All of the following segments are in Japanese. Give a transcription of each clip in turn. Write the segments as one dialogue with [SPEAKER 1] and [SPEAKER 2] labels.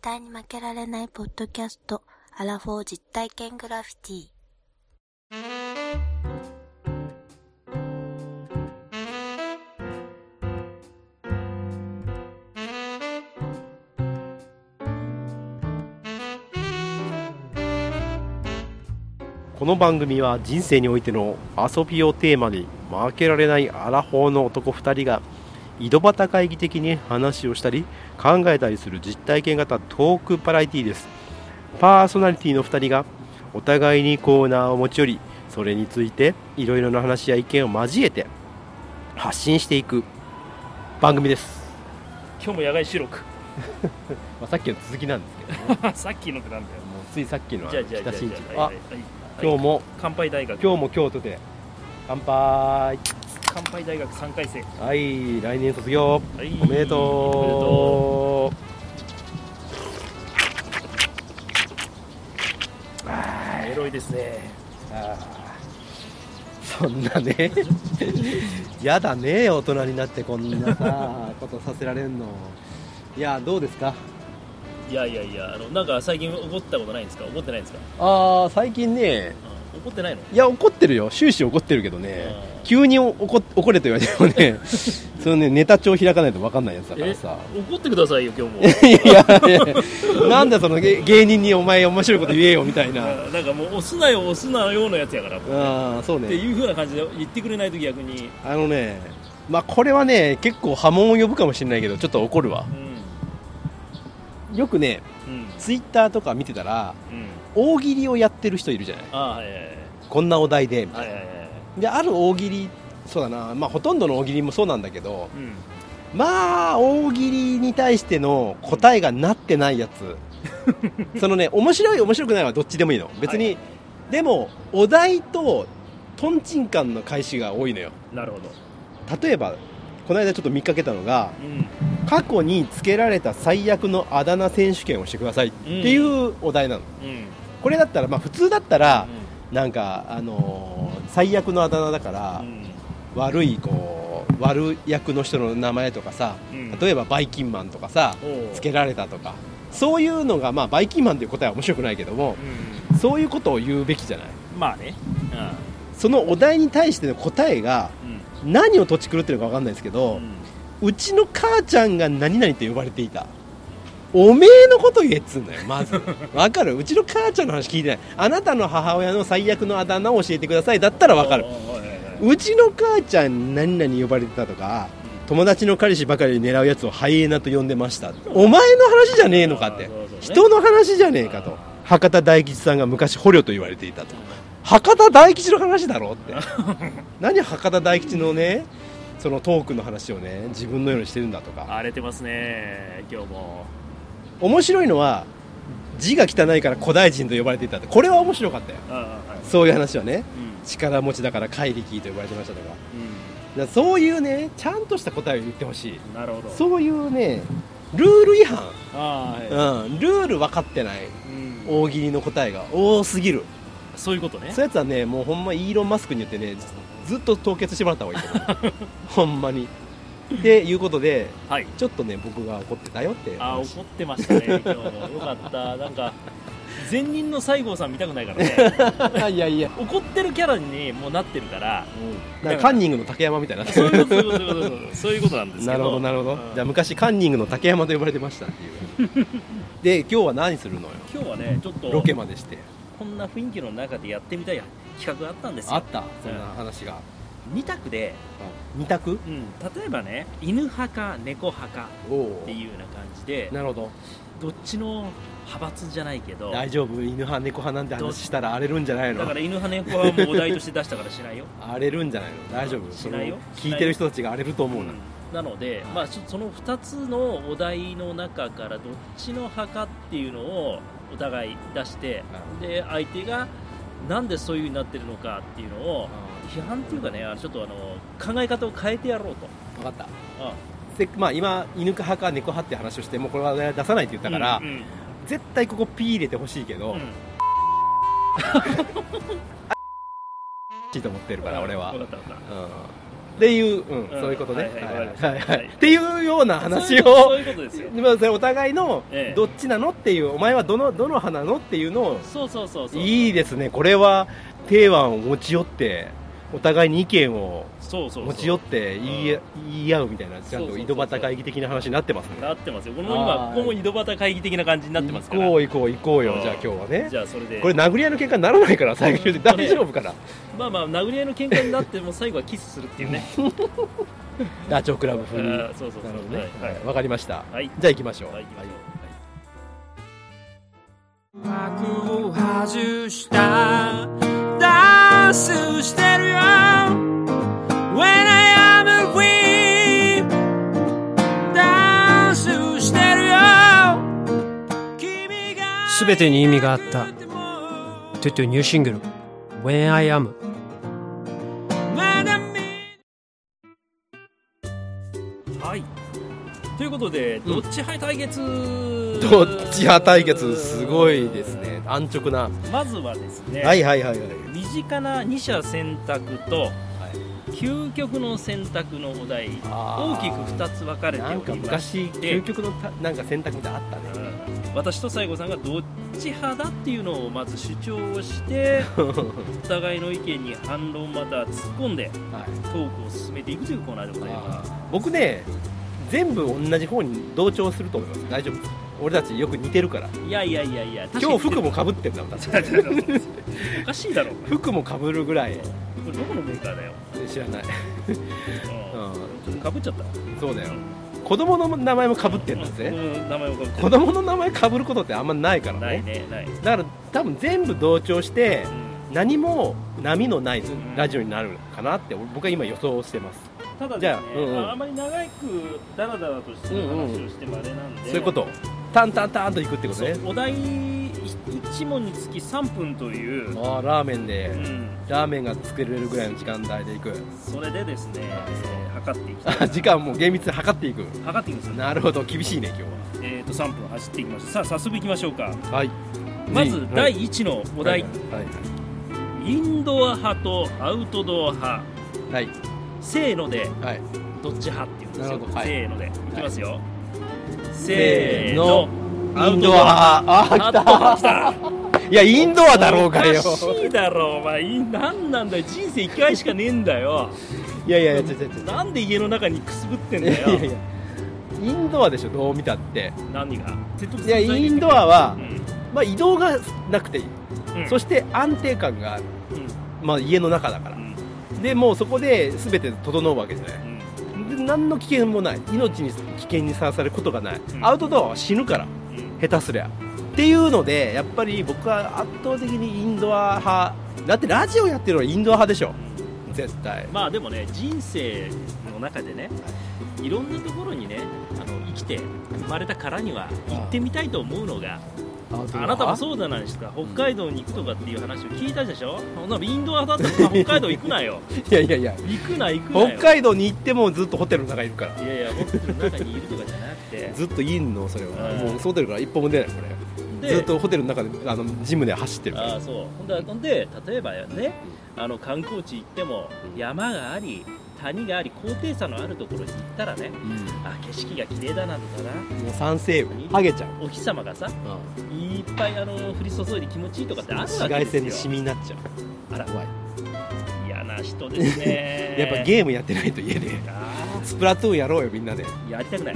[SPEAKER 1] 対に負けられないポッドキャスト、アラフォー実体験グラフィティ。
[SPEAKER 2] この番組は人生においての遊びをテーマに負けられないアラフォーの男2人が井戸端会議的に話をしたり考えたりする実体験型トークバラエティですパーソナリティの2人がお互いにコーナーを持ち寄りそれについていろいろな話や意見を交えて発信していく番組です、
[SPEAKER 3] 今日も野外収録
[SPEAKER 2] まあ、さっきの続きなんですけどね
[SPEAKER 3] さっきのってなんだよ
[SPEAKER 2] もうついさっきの
[SPEAKER 3] じゃあじゃあじ
[SPEAKER 2] 北
[SPEAKER 3] ゃあ
[SPEAKER 2] 新地
[SPEAKER 3] じゃあ
[SPEAKER 2] あ
[SPEAKER 3] はいはい
[SPEAKER 2] 今日も
[SPEAKER 3] 乾杯大学
[SPEAKER 2] 今日も京都で乾杯
[SPEAKER 3] 乾杯大学三回生
[SPEAKER 2] はい来年卒業
[SPEAKER 3] はい
[SPEAKER 2] おめでと
[SPEAKER 3] おめでとうエロいですね
[SPEAKER 2] うあーそんなね やだね大人になってこんな さことさせられんのいやどうですか
[SPEAKER 3] いやいやいやあのなんか最近怒ったことないんですか怒ってないんですか、
[SPEAKER 2] ああ最近ね
[SPEAKER 3] うん怒ってないの
[SPEAKER 2] いや怒ってるよ終始怒ってるけどね
[SPEAKER 3] うん
[SPEAKER 2] 急に怒怒れと言われてもね そのねネタ帳開かないと分かんないやつだから
[SPEAKER 3] え
[SPEAKER 2] さ
[SPEAKER 3] 怒ってくださいよ今日も
[SPEAKER 2] いやいや なんだその芸芸人にお前面白いこと言えよみたいな
[SPEAKER 3] うんなんかもう押すなよ押すなよのやつやからっ
[SPEAKER 2] ああそうね
[SPEAKER 3] ていうふうな感じで言ってくれないと逆に
[SPEAKER 2] あのね、まあ、これはね、結構波紋を呼ぶかもしれないけど、ちょっと怒るわ
[SPEAKER 3] う。ん
[SPEAKER 2] よくね、
[SPEAKER 3] うん
[SPEAKER 2] ツイッターとか見てたら、
[SPEAKER 3] うん
[SPEAKER 2] 大喜利をやってる人いるじゃない。
[SPEAKER 3] ああはいはい
[SPEAKER 2] こんなお題で、みたい
[SPEAKER 3] はいはい
[SPEAKER 2] な
[SPEAKER 3] はいはい
[SPEAKER 2] で、ある大喜利、そうだな、まあ、ほとんどの大喜利もそうなんだけど、
[SPEAKER 3] うん
[SPEAKER 2] まあ、大喜利に対しての答えがなってないや つ。そのね、面白い、面白くないはどっちでもいいの。別に、
[SPEAKER 3] はいは
[SPEAKER 2] でも、お題と、トンチンカンの返しが多いのよ。
[SPEAKER 3] なるほど
[SPEAKER 2] 例えば、この間ちょっと見かけたのが、
[SPEAKER 3] うん
[SPEAKER 2] 過去につけられた最悪のあだ名選手権をしてくださいっていうお題なの、
[SPEAKER 3] うん
[SPEAKER 2] これだったら、まあ、普通だったら、なんか、あのー最悪のあだ名だから、悪いこう悪役の人の名前とかさ、
[SPEAKER 3] うん
[SPEAKER 2] 例えばバイキンマンとかさ
[SPEAKER 3] おう
[SPEAKER 2] つけられたとかそういうのが、まあ、バイキンマンという答えは面白くないけども
[SPEAKER 3] うん
[SPEAKER 2] そういうことを言うべきじゃない
[SPEAKER 3] まあね
[SPEAKER 2] そのお題に対しての答えが
[SPEAKER 3] う
[SPEAKER 2] 何をとち狂ってるか分かんないですけど、
[SPEAKER 3] んうん
[SPEAKER 2] うちの母ちゃんが何々って呼ばれていたおめえのこと言えっつうんだよまずわかるうちの母ちゃんの話聞いてないあなたの母親の最悪のあだ名を教えてくださいだったらわかる
[SPEAKER 3] おうおうおうおうおう
[SPEAKER 2] うちの母ちゃん何々呼ばれてたとか友達の彼氏ばかりに狙うやつをハイエナと呼んでましたお前の話じゃねえのかって
[SPEAKER 3] あーそうそうね
[SPEAKER 2] 人の話じゃねえかと博多大吉さんが昔捕虜と言われていたと博多大吉の話だろって 何博多大吉のねそのトークの話をね自分のようにしてるんだとか
[SPEAKER 3] 荒れてますね今日も
[SPEAKER 2] 面白いのは字が汚いから古代人と呼ばれていたってこれは面白かったよ
[SPEAKER 3] ああはい
[SPEAKER 2] そういう話はね
[SPEAKER 3] うん
[SPEAKER 2] 力持ちだから怪力と呼ばれてましたとかだか
[SPEAKER 3] う
[SPEAKER 2] らそういうねちゃんとした答えを言ってほしい
[SPEAKER 3] んなるほど
[SPEAKER 2] そういうねルール違反、
[SPEAKER 3] ああは
[SPEAKER 2] うん、ルール分かってない
[SPEAKER 3] いうん
[SPEAKER 2] 大喜利の答えが多すぎる
[SPEAKER 3] そういうことね
[SPEAKER 2] そういうやつはねもうほんまイーロン・マスクによってねずずっと凍結してもらった方がいいと 思うほんまにっていうことで
[SPEAKER 3] はい
[SPEAKER 2] ちょっとね僕が怒ってたよっていう
[SPEAKER 3] ああ
[SPEAKER 2] 話
[SPEAKER 3] 怒ってましたね今日もよかったなんか前任の西郷さん見たくないから ね
[SPEAKER 2] いやいや、
[SPEAKER 3] 怒ってるキャラにもうなってるから
[SPEAKER 2] なんかカンニングの竹山みたいになって
[SPEAKER 3] そう
[SPEAKER 2] る
[SPEAKER 3] いうことそういうことそういうことそういうことなんですけど
[SPEAKER 2] なるほどなるほど、
[SPEAKER 3] うん
[SPEAKER 2] じゃあ昔カンニングの竹山と呼ばれてましたっていう で今日は何するのよ
[SPEAKER 3] 今日はねちょっと
[SPEAKER 2] ロケまでして
[SPEAKER 3] こんな雰囲気の中でやってみたい企画があったんですよ
[SPEAKER 2] あったそんな話が、
[SPEAKER 3] 2択で、
[SPEAKER 2] 二択
[SPEAKER 3] うん、例えばね犬派か猫派か
[SPEAKER 2] おお
[SPEAKER 3] っていうような感じで
[SPEAKER 2] なるほど
[SPEAKER 3] どっちの派閥じゃないけど
[SPEAKER 2] 大丈夫犬派猫派なんて話したら荒れるんじゃないの
[SPEAKER 3] だから犬派猫派はもうお題として出したからしないよ
[SPEAKER 2] 荒れるんじゃないの大丈夫
[SPEAKER 3] しないよ
[SPEAKER 2] それを聞いてる人たちが荒れると思うな、
[SPEAKER 3] なので、まあ、そその2つのお題の中からどっちの派かっていうのをお互い出してで相手がなんでそういう風になってるのかっていうのを批判っていうかねあのちょっとあの考え方を変えてやろうと。
[SPEAKER 2] 分かった
[SPEAKER 3] あ
[SPEAKER 2] せまあ、今、犬派か猫派って話をしてもうこれは出さないって言ったから、
[SPEAKER 3] うんうん
[SPEAKER 2] 絶対ここ P 入れてほしいけど、
[SPEAKER 3] うん
[SPEAKER 2] しいと思ってるから俺は、
[SPEAKER 3] わ
[SPEAKER 2] うん
[SPEAKER 3] かったわかっ、た
[SPEAKER 2] っていう、うん、
[SPEAKER 3] うん
[SPEAKER 2] そういうことね。
[SPEAKER 3] はいはい
[SPEAKER 2] はい
[SPEAKER 3] わかりました
[SPEAKER 2] はい
[SPEAKER 3] はい
[SPEAKER 2] っていうような話を。
[SPEAKER 3] そういうことそういうことですよ
[SPEAKER 2] でもそれお互いの
[SPEAKER 3] ええ
[SPEAKER 2] どっちなのっていう、お前はどのどの派なのっていうのを
[SPEAKER 3] そうそうそうそう
[SPEAKER 2] いいですねこれは定腕を持ち寄ってお互いに意見を
[SPEAKER 3] そうそうそう
[SPEAKER 2] 持ち寄って言い,、
[SPEAKER 3] うん
[SPEAKER 2] 言い合うみたいなちゃん
[SPEAKER 3] そうそう
[SPEAKER 2] と
[SPEAKER 3] そう
[SPEAKER 2] 井戸端会議的な話になってますね
[SPEAKER 3] なってますよこの
[SPEAKER 2] あー
[SPEAKER 3] 今ここも井戸端会議的な感じになってますから
[SPEAKER 2] 行こう行こう行こうよ
[SPEAKER 3] うん
[SPEAKER 2] じゃあ今日はね
[SPEAKER 3] じゃあそれで
[SPEAKER 2] これ殴り合いの喧嘩にならないから最終的に
[SPEAKER 3] うん
[SPEAKER 2] 大丈夫か な
[SPEAKER 3] まあまあ殴り合いの喧嘩になっても最後はキスするっていうね
[SPEAKER 2] ダチョウ倶楽部風に
[SPEAKER 3] あーそうそうそ
[SPEAKER 2] な
[SPEAKER 3] う
[SPEAKER 2] るほどね
[SPEAKER 3] はいはい
[SPEAKER 2] はいわかりました
[SPEAKER 3] はい
[SPEAKER 2] じゃあ行きましょう
[SPEAKER 3] はい行きましょ
[SPEAKER 4] 幕を外したダンスしてるよ When I am a queen ダンスしてるよ君が
[SPEAKER 5] すべてに意味があったトゥトゥニューシングル「When I Am」
[SPEAKER 4] まだ見
[SPEAKER 3] うはいということでどっち派対決
[SPEAKER 2] どっち派対決すごいですね安直な
[SPEAKER 3] まずはですね
[SPEAKER 2] はいはいはいはい
[SPEAKER 3] 身近な二者選択と究極の選択のお題大
[SPEAKER 2] あ
[SPEAKER 3] き
[SPEAKER 2] ー
[SPEAKER 3] く二つ分かれて
[SPEAKER 2] なん
[SPEAKER 3] お
[SPEAKER 2] か
[SPEAKER 3] ります
[SPEAKER 2] 昔究極のたなんか選択みたいなのあったね
[SPEAKER 3] うん私と西郷さんがどっち派だっていうのをまず主張をして お互いの意見に反論または突っ込んで
[SPEAKER 2] はい
[SPEAKER 3] トークを進めていくというコーナーでございます
[SPEAKER 2] 僕ね全部同じ方に同調すると思います大丈夫です俺たちよく似てるから
[SPEAKER 3] いやいやいやいや
[SPEAKER 2] 今日服
[SPEAKER 3] も
[SPEAKER 2] もかぶってるな私
[SPEAKER 3] おかしいだろこ
[SPEAKER 2] 服もかぶるぐらい
[SPEAKER 3] れどこのメーカーだよ、
[SPEAKER 2] 知らない
[SPEAKER 3] うん、かぶっちゃった
[SPEAKER 2] そうだよ子供の名前もかぶってるんですね
[SPEAKER 3] うん名前をかぶっちゃ
[SPEAKER 2] 子
[SPEAKER 3] っ
[SPEAKER 2] 供の名前かぶることってあんまないから
[SPEAKER 3] たない
[SPEAKER 2] ね
[SPEAKER 3] ねない、うん
[SPEAKER 2] だから多分全部同調して何も波のない
[SPEAKER 3] ん
[SPEAKER 2] ラジオになるかなって俺僕は今予想してます
[SPEAKER 3] ただ
[SPEAKER 2] じ
[SPEAKER 3] です
[SPEAKER 2] ゃ
[SPEAKER 3] ね
[SPEAKER 2] あうんうん
[SPEAKER 3] まああまり長くダラダラとしての話をしてもあれなんで、
[SPEAKER 2] そういうことタンタンタンといくってことね
[SPEAKER 3] そうお題1問につき3分という、
[SPEAKER 2] ああラーメンで
[SPEAKER 3] うん、
[SPEAKER 2] ラーメンが作れるぐらいの時間帯でいく
[SPEAKER 3] それでですね、えー測っていきたい
[SPEAKER 2] あ時間も厳密に測っていく
[SPEAKER 3] 測っていきますよ
[SPEAKER 2] なるほど厳しいね今日
[SPEAKER 3] えー、と3分走っていきましたさあ早速いきましょうか
[SPEAKER 2] ははい
[SPEAKER 3] まず第1のお題、
[SPEAKER 2] はい
[SPEAKER 3] インドア派とアウトドア派
[SPEAKER 2] はい
[SPEAKER 3] せーので
[SPEAKER 2] はい
[SPEAKER 3] どっち派っていうんです
[SPEAKER 2] なる
[SPEAKER 3] よ
[SPEAKER 2] ほどはい
[SPEAKER 3] せーのでいきますよ、
[SPEAKER 2] せー
[SPEAKER 3] せー
[SPEAKER 2] の
[SPEAKER 3] の
[SPEAKER 2] インドアあ
[SPEAKER 3] アウトドア来た
[SPEAKER 2] ーいやインドアだろうがよ
[SPEAKER 3] おかしいだろお前い何なんだよ人生1回しかねえんだよ
[SPEAKER 2] いやいやいや違う違う違う
[SPEAKER 3] なんで家の中にくすぶってん
[SPEAKER 2] いや
[SPEAKER 3] だ
[SPEAKER 2] い
[SPEAKER 3] よ
[SPEAKER 2] やいやインドアでしょどう見たって
[SPEAKER 3] 何が説得す
[SPEAKER 2] い
[SPEAKER 3] る
[SPEAKER 2] や
[SPEAKER 3] 材料
[SPEAKER 2] インドアは
[SPEAKER 3] う、ん
[SPEAKER 2] まあ、移動がなくていい、
[SPEAKER 3] うん
[SPEAKER 2] そして安定感がある、
[SPEAKER 3] うん
[SPEAKER 2] まあ、家の中だから
[SPEAKER 3] うん
[SPEAKER 2] でもうそこで全て整うわけじゃない
[SPEAKER 3] うん
[SPEAKER 2] で何の危険もない命に危険にさらされることがない、
[SPEAKER 3] うん
[SPEAKER 2] アウトドアは死ぬから
[SPEAKER 3] うん
[SPEAKER 2] 下手すりゃっていうのでやっぱり僕は圧倒的にインドア派だってラジオやってるのはインドア派でしょ絶対
[SPEAKER 3] まあでもね人生の中でねいろんなところにねあの生きて生まれたからには行ってみたいと思うのがあなたもそうじゃないですか北海道に行くとかっていう話を聞いたでしょそんなインドア派だったら北海道行くなよ
[SPEAKER 2] いやいやいや
[SPEAKER 3] 行くな行くなよ
[SPEAKER 2] 北海道に行ってもずっとホテルの中にいるから
[SPEAKER 3] いやいやホテルの中にいるとかじゃなくて
[SPEAKER 2] ずっといんのそれは、
[SPEAKER 3] うん
[SPEAKER 2] もうホテルから一歩も出ないこれ
[SPEAKER 3] で
[SPEAKER 2] ずっとホテルの中であのジムで走ってるから
[SPEAKER 3] ああそうほんでほんで例えばねあの観光地行っても山があり谷があり高低差のあるところに行ったらねあ景色が綺麗だなとかな
[SPEAKER 2] もう酸性雨ハゲちゃう、
[SPEAKER 3] お日様がさ
[SPEAKER 2] う
[SPEAKER 3] いっぱいあの降り注いで気持ちいいとかってあるわけですよ
[SPEAKER 2] 紫外線でシミになっちゃう
[SPEAKER 3] あら
[SPEAKER 2] 怖い
[SPEAKER 3] 嫌な人ですね
[SPEAKER 2] やっぱゲームやってないと家で
[SPEAKER 3] あ
[SPEAKER 2] スプラトゥーンやろうよみんなで
[SPEAKER 3] ーやりたくない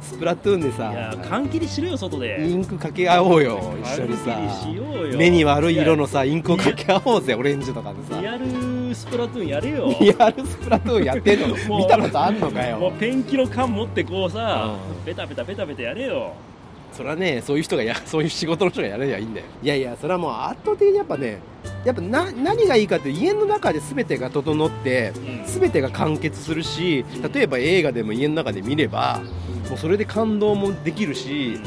[SPEAKER 2] スプラトゥーンで
[SPEAKER 3] いや
[SPEAKER 2] さ
[SPEAKER 3] 換気にしろよ外
[SPEAKER 2] イ
[SPEAKER 3] で
[SPEAKER 2] ンクかけ合おうよ一緒に
[SPEAKER 3] 換気にし
[SPEAKER 2] さ
[SPEAKER 3] ようよ
[SPEAKER 2] 目に悪い色のさインクをかけ合おうぜオレンジとかでさ
[SPEAKER 3] リアルスプラトゥーンや れよ
[SPEAKER 2] リアルスプラトゥーンやってんの
[SPEAKER 3] もう
[SPEAKER 2] 見たことあんのか
[SPEAKER 3] も
[SPEAKER 2] よ
[SPEAKER 3] うペンキの缶持ってこうさ
[SPEAKER 2] うん
[SPEAKER 3] ベタベタベタベタやれよ
[SPEAKER 2] それはねそういう人がや そういう仕事の人がやればいいんだよいやいやそれはもう圧倒的にやっぱねやっぱな何がいいかって家の中で全てが整って
[SPEAKER 3] うん
[SPEAKER 2] 全てが完結するし例えば映画でも家の中で見ればもうそれで感動もできるし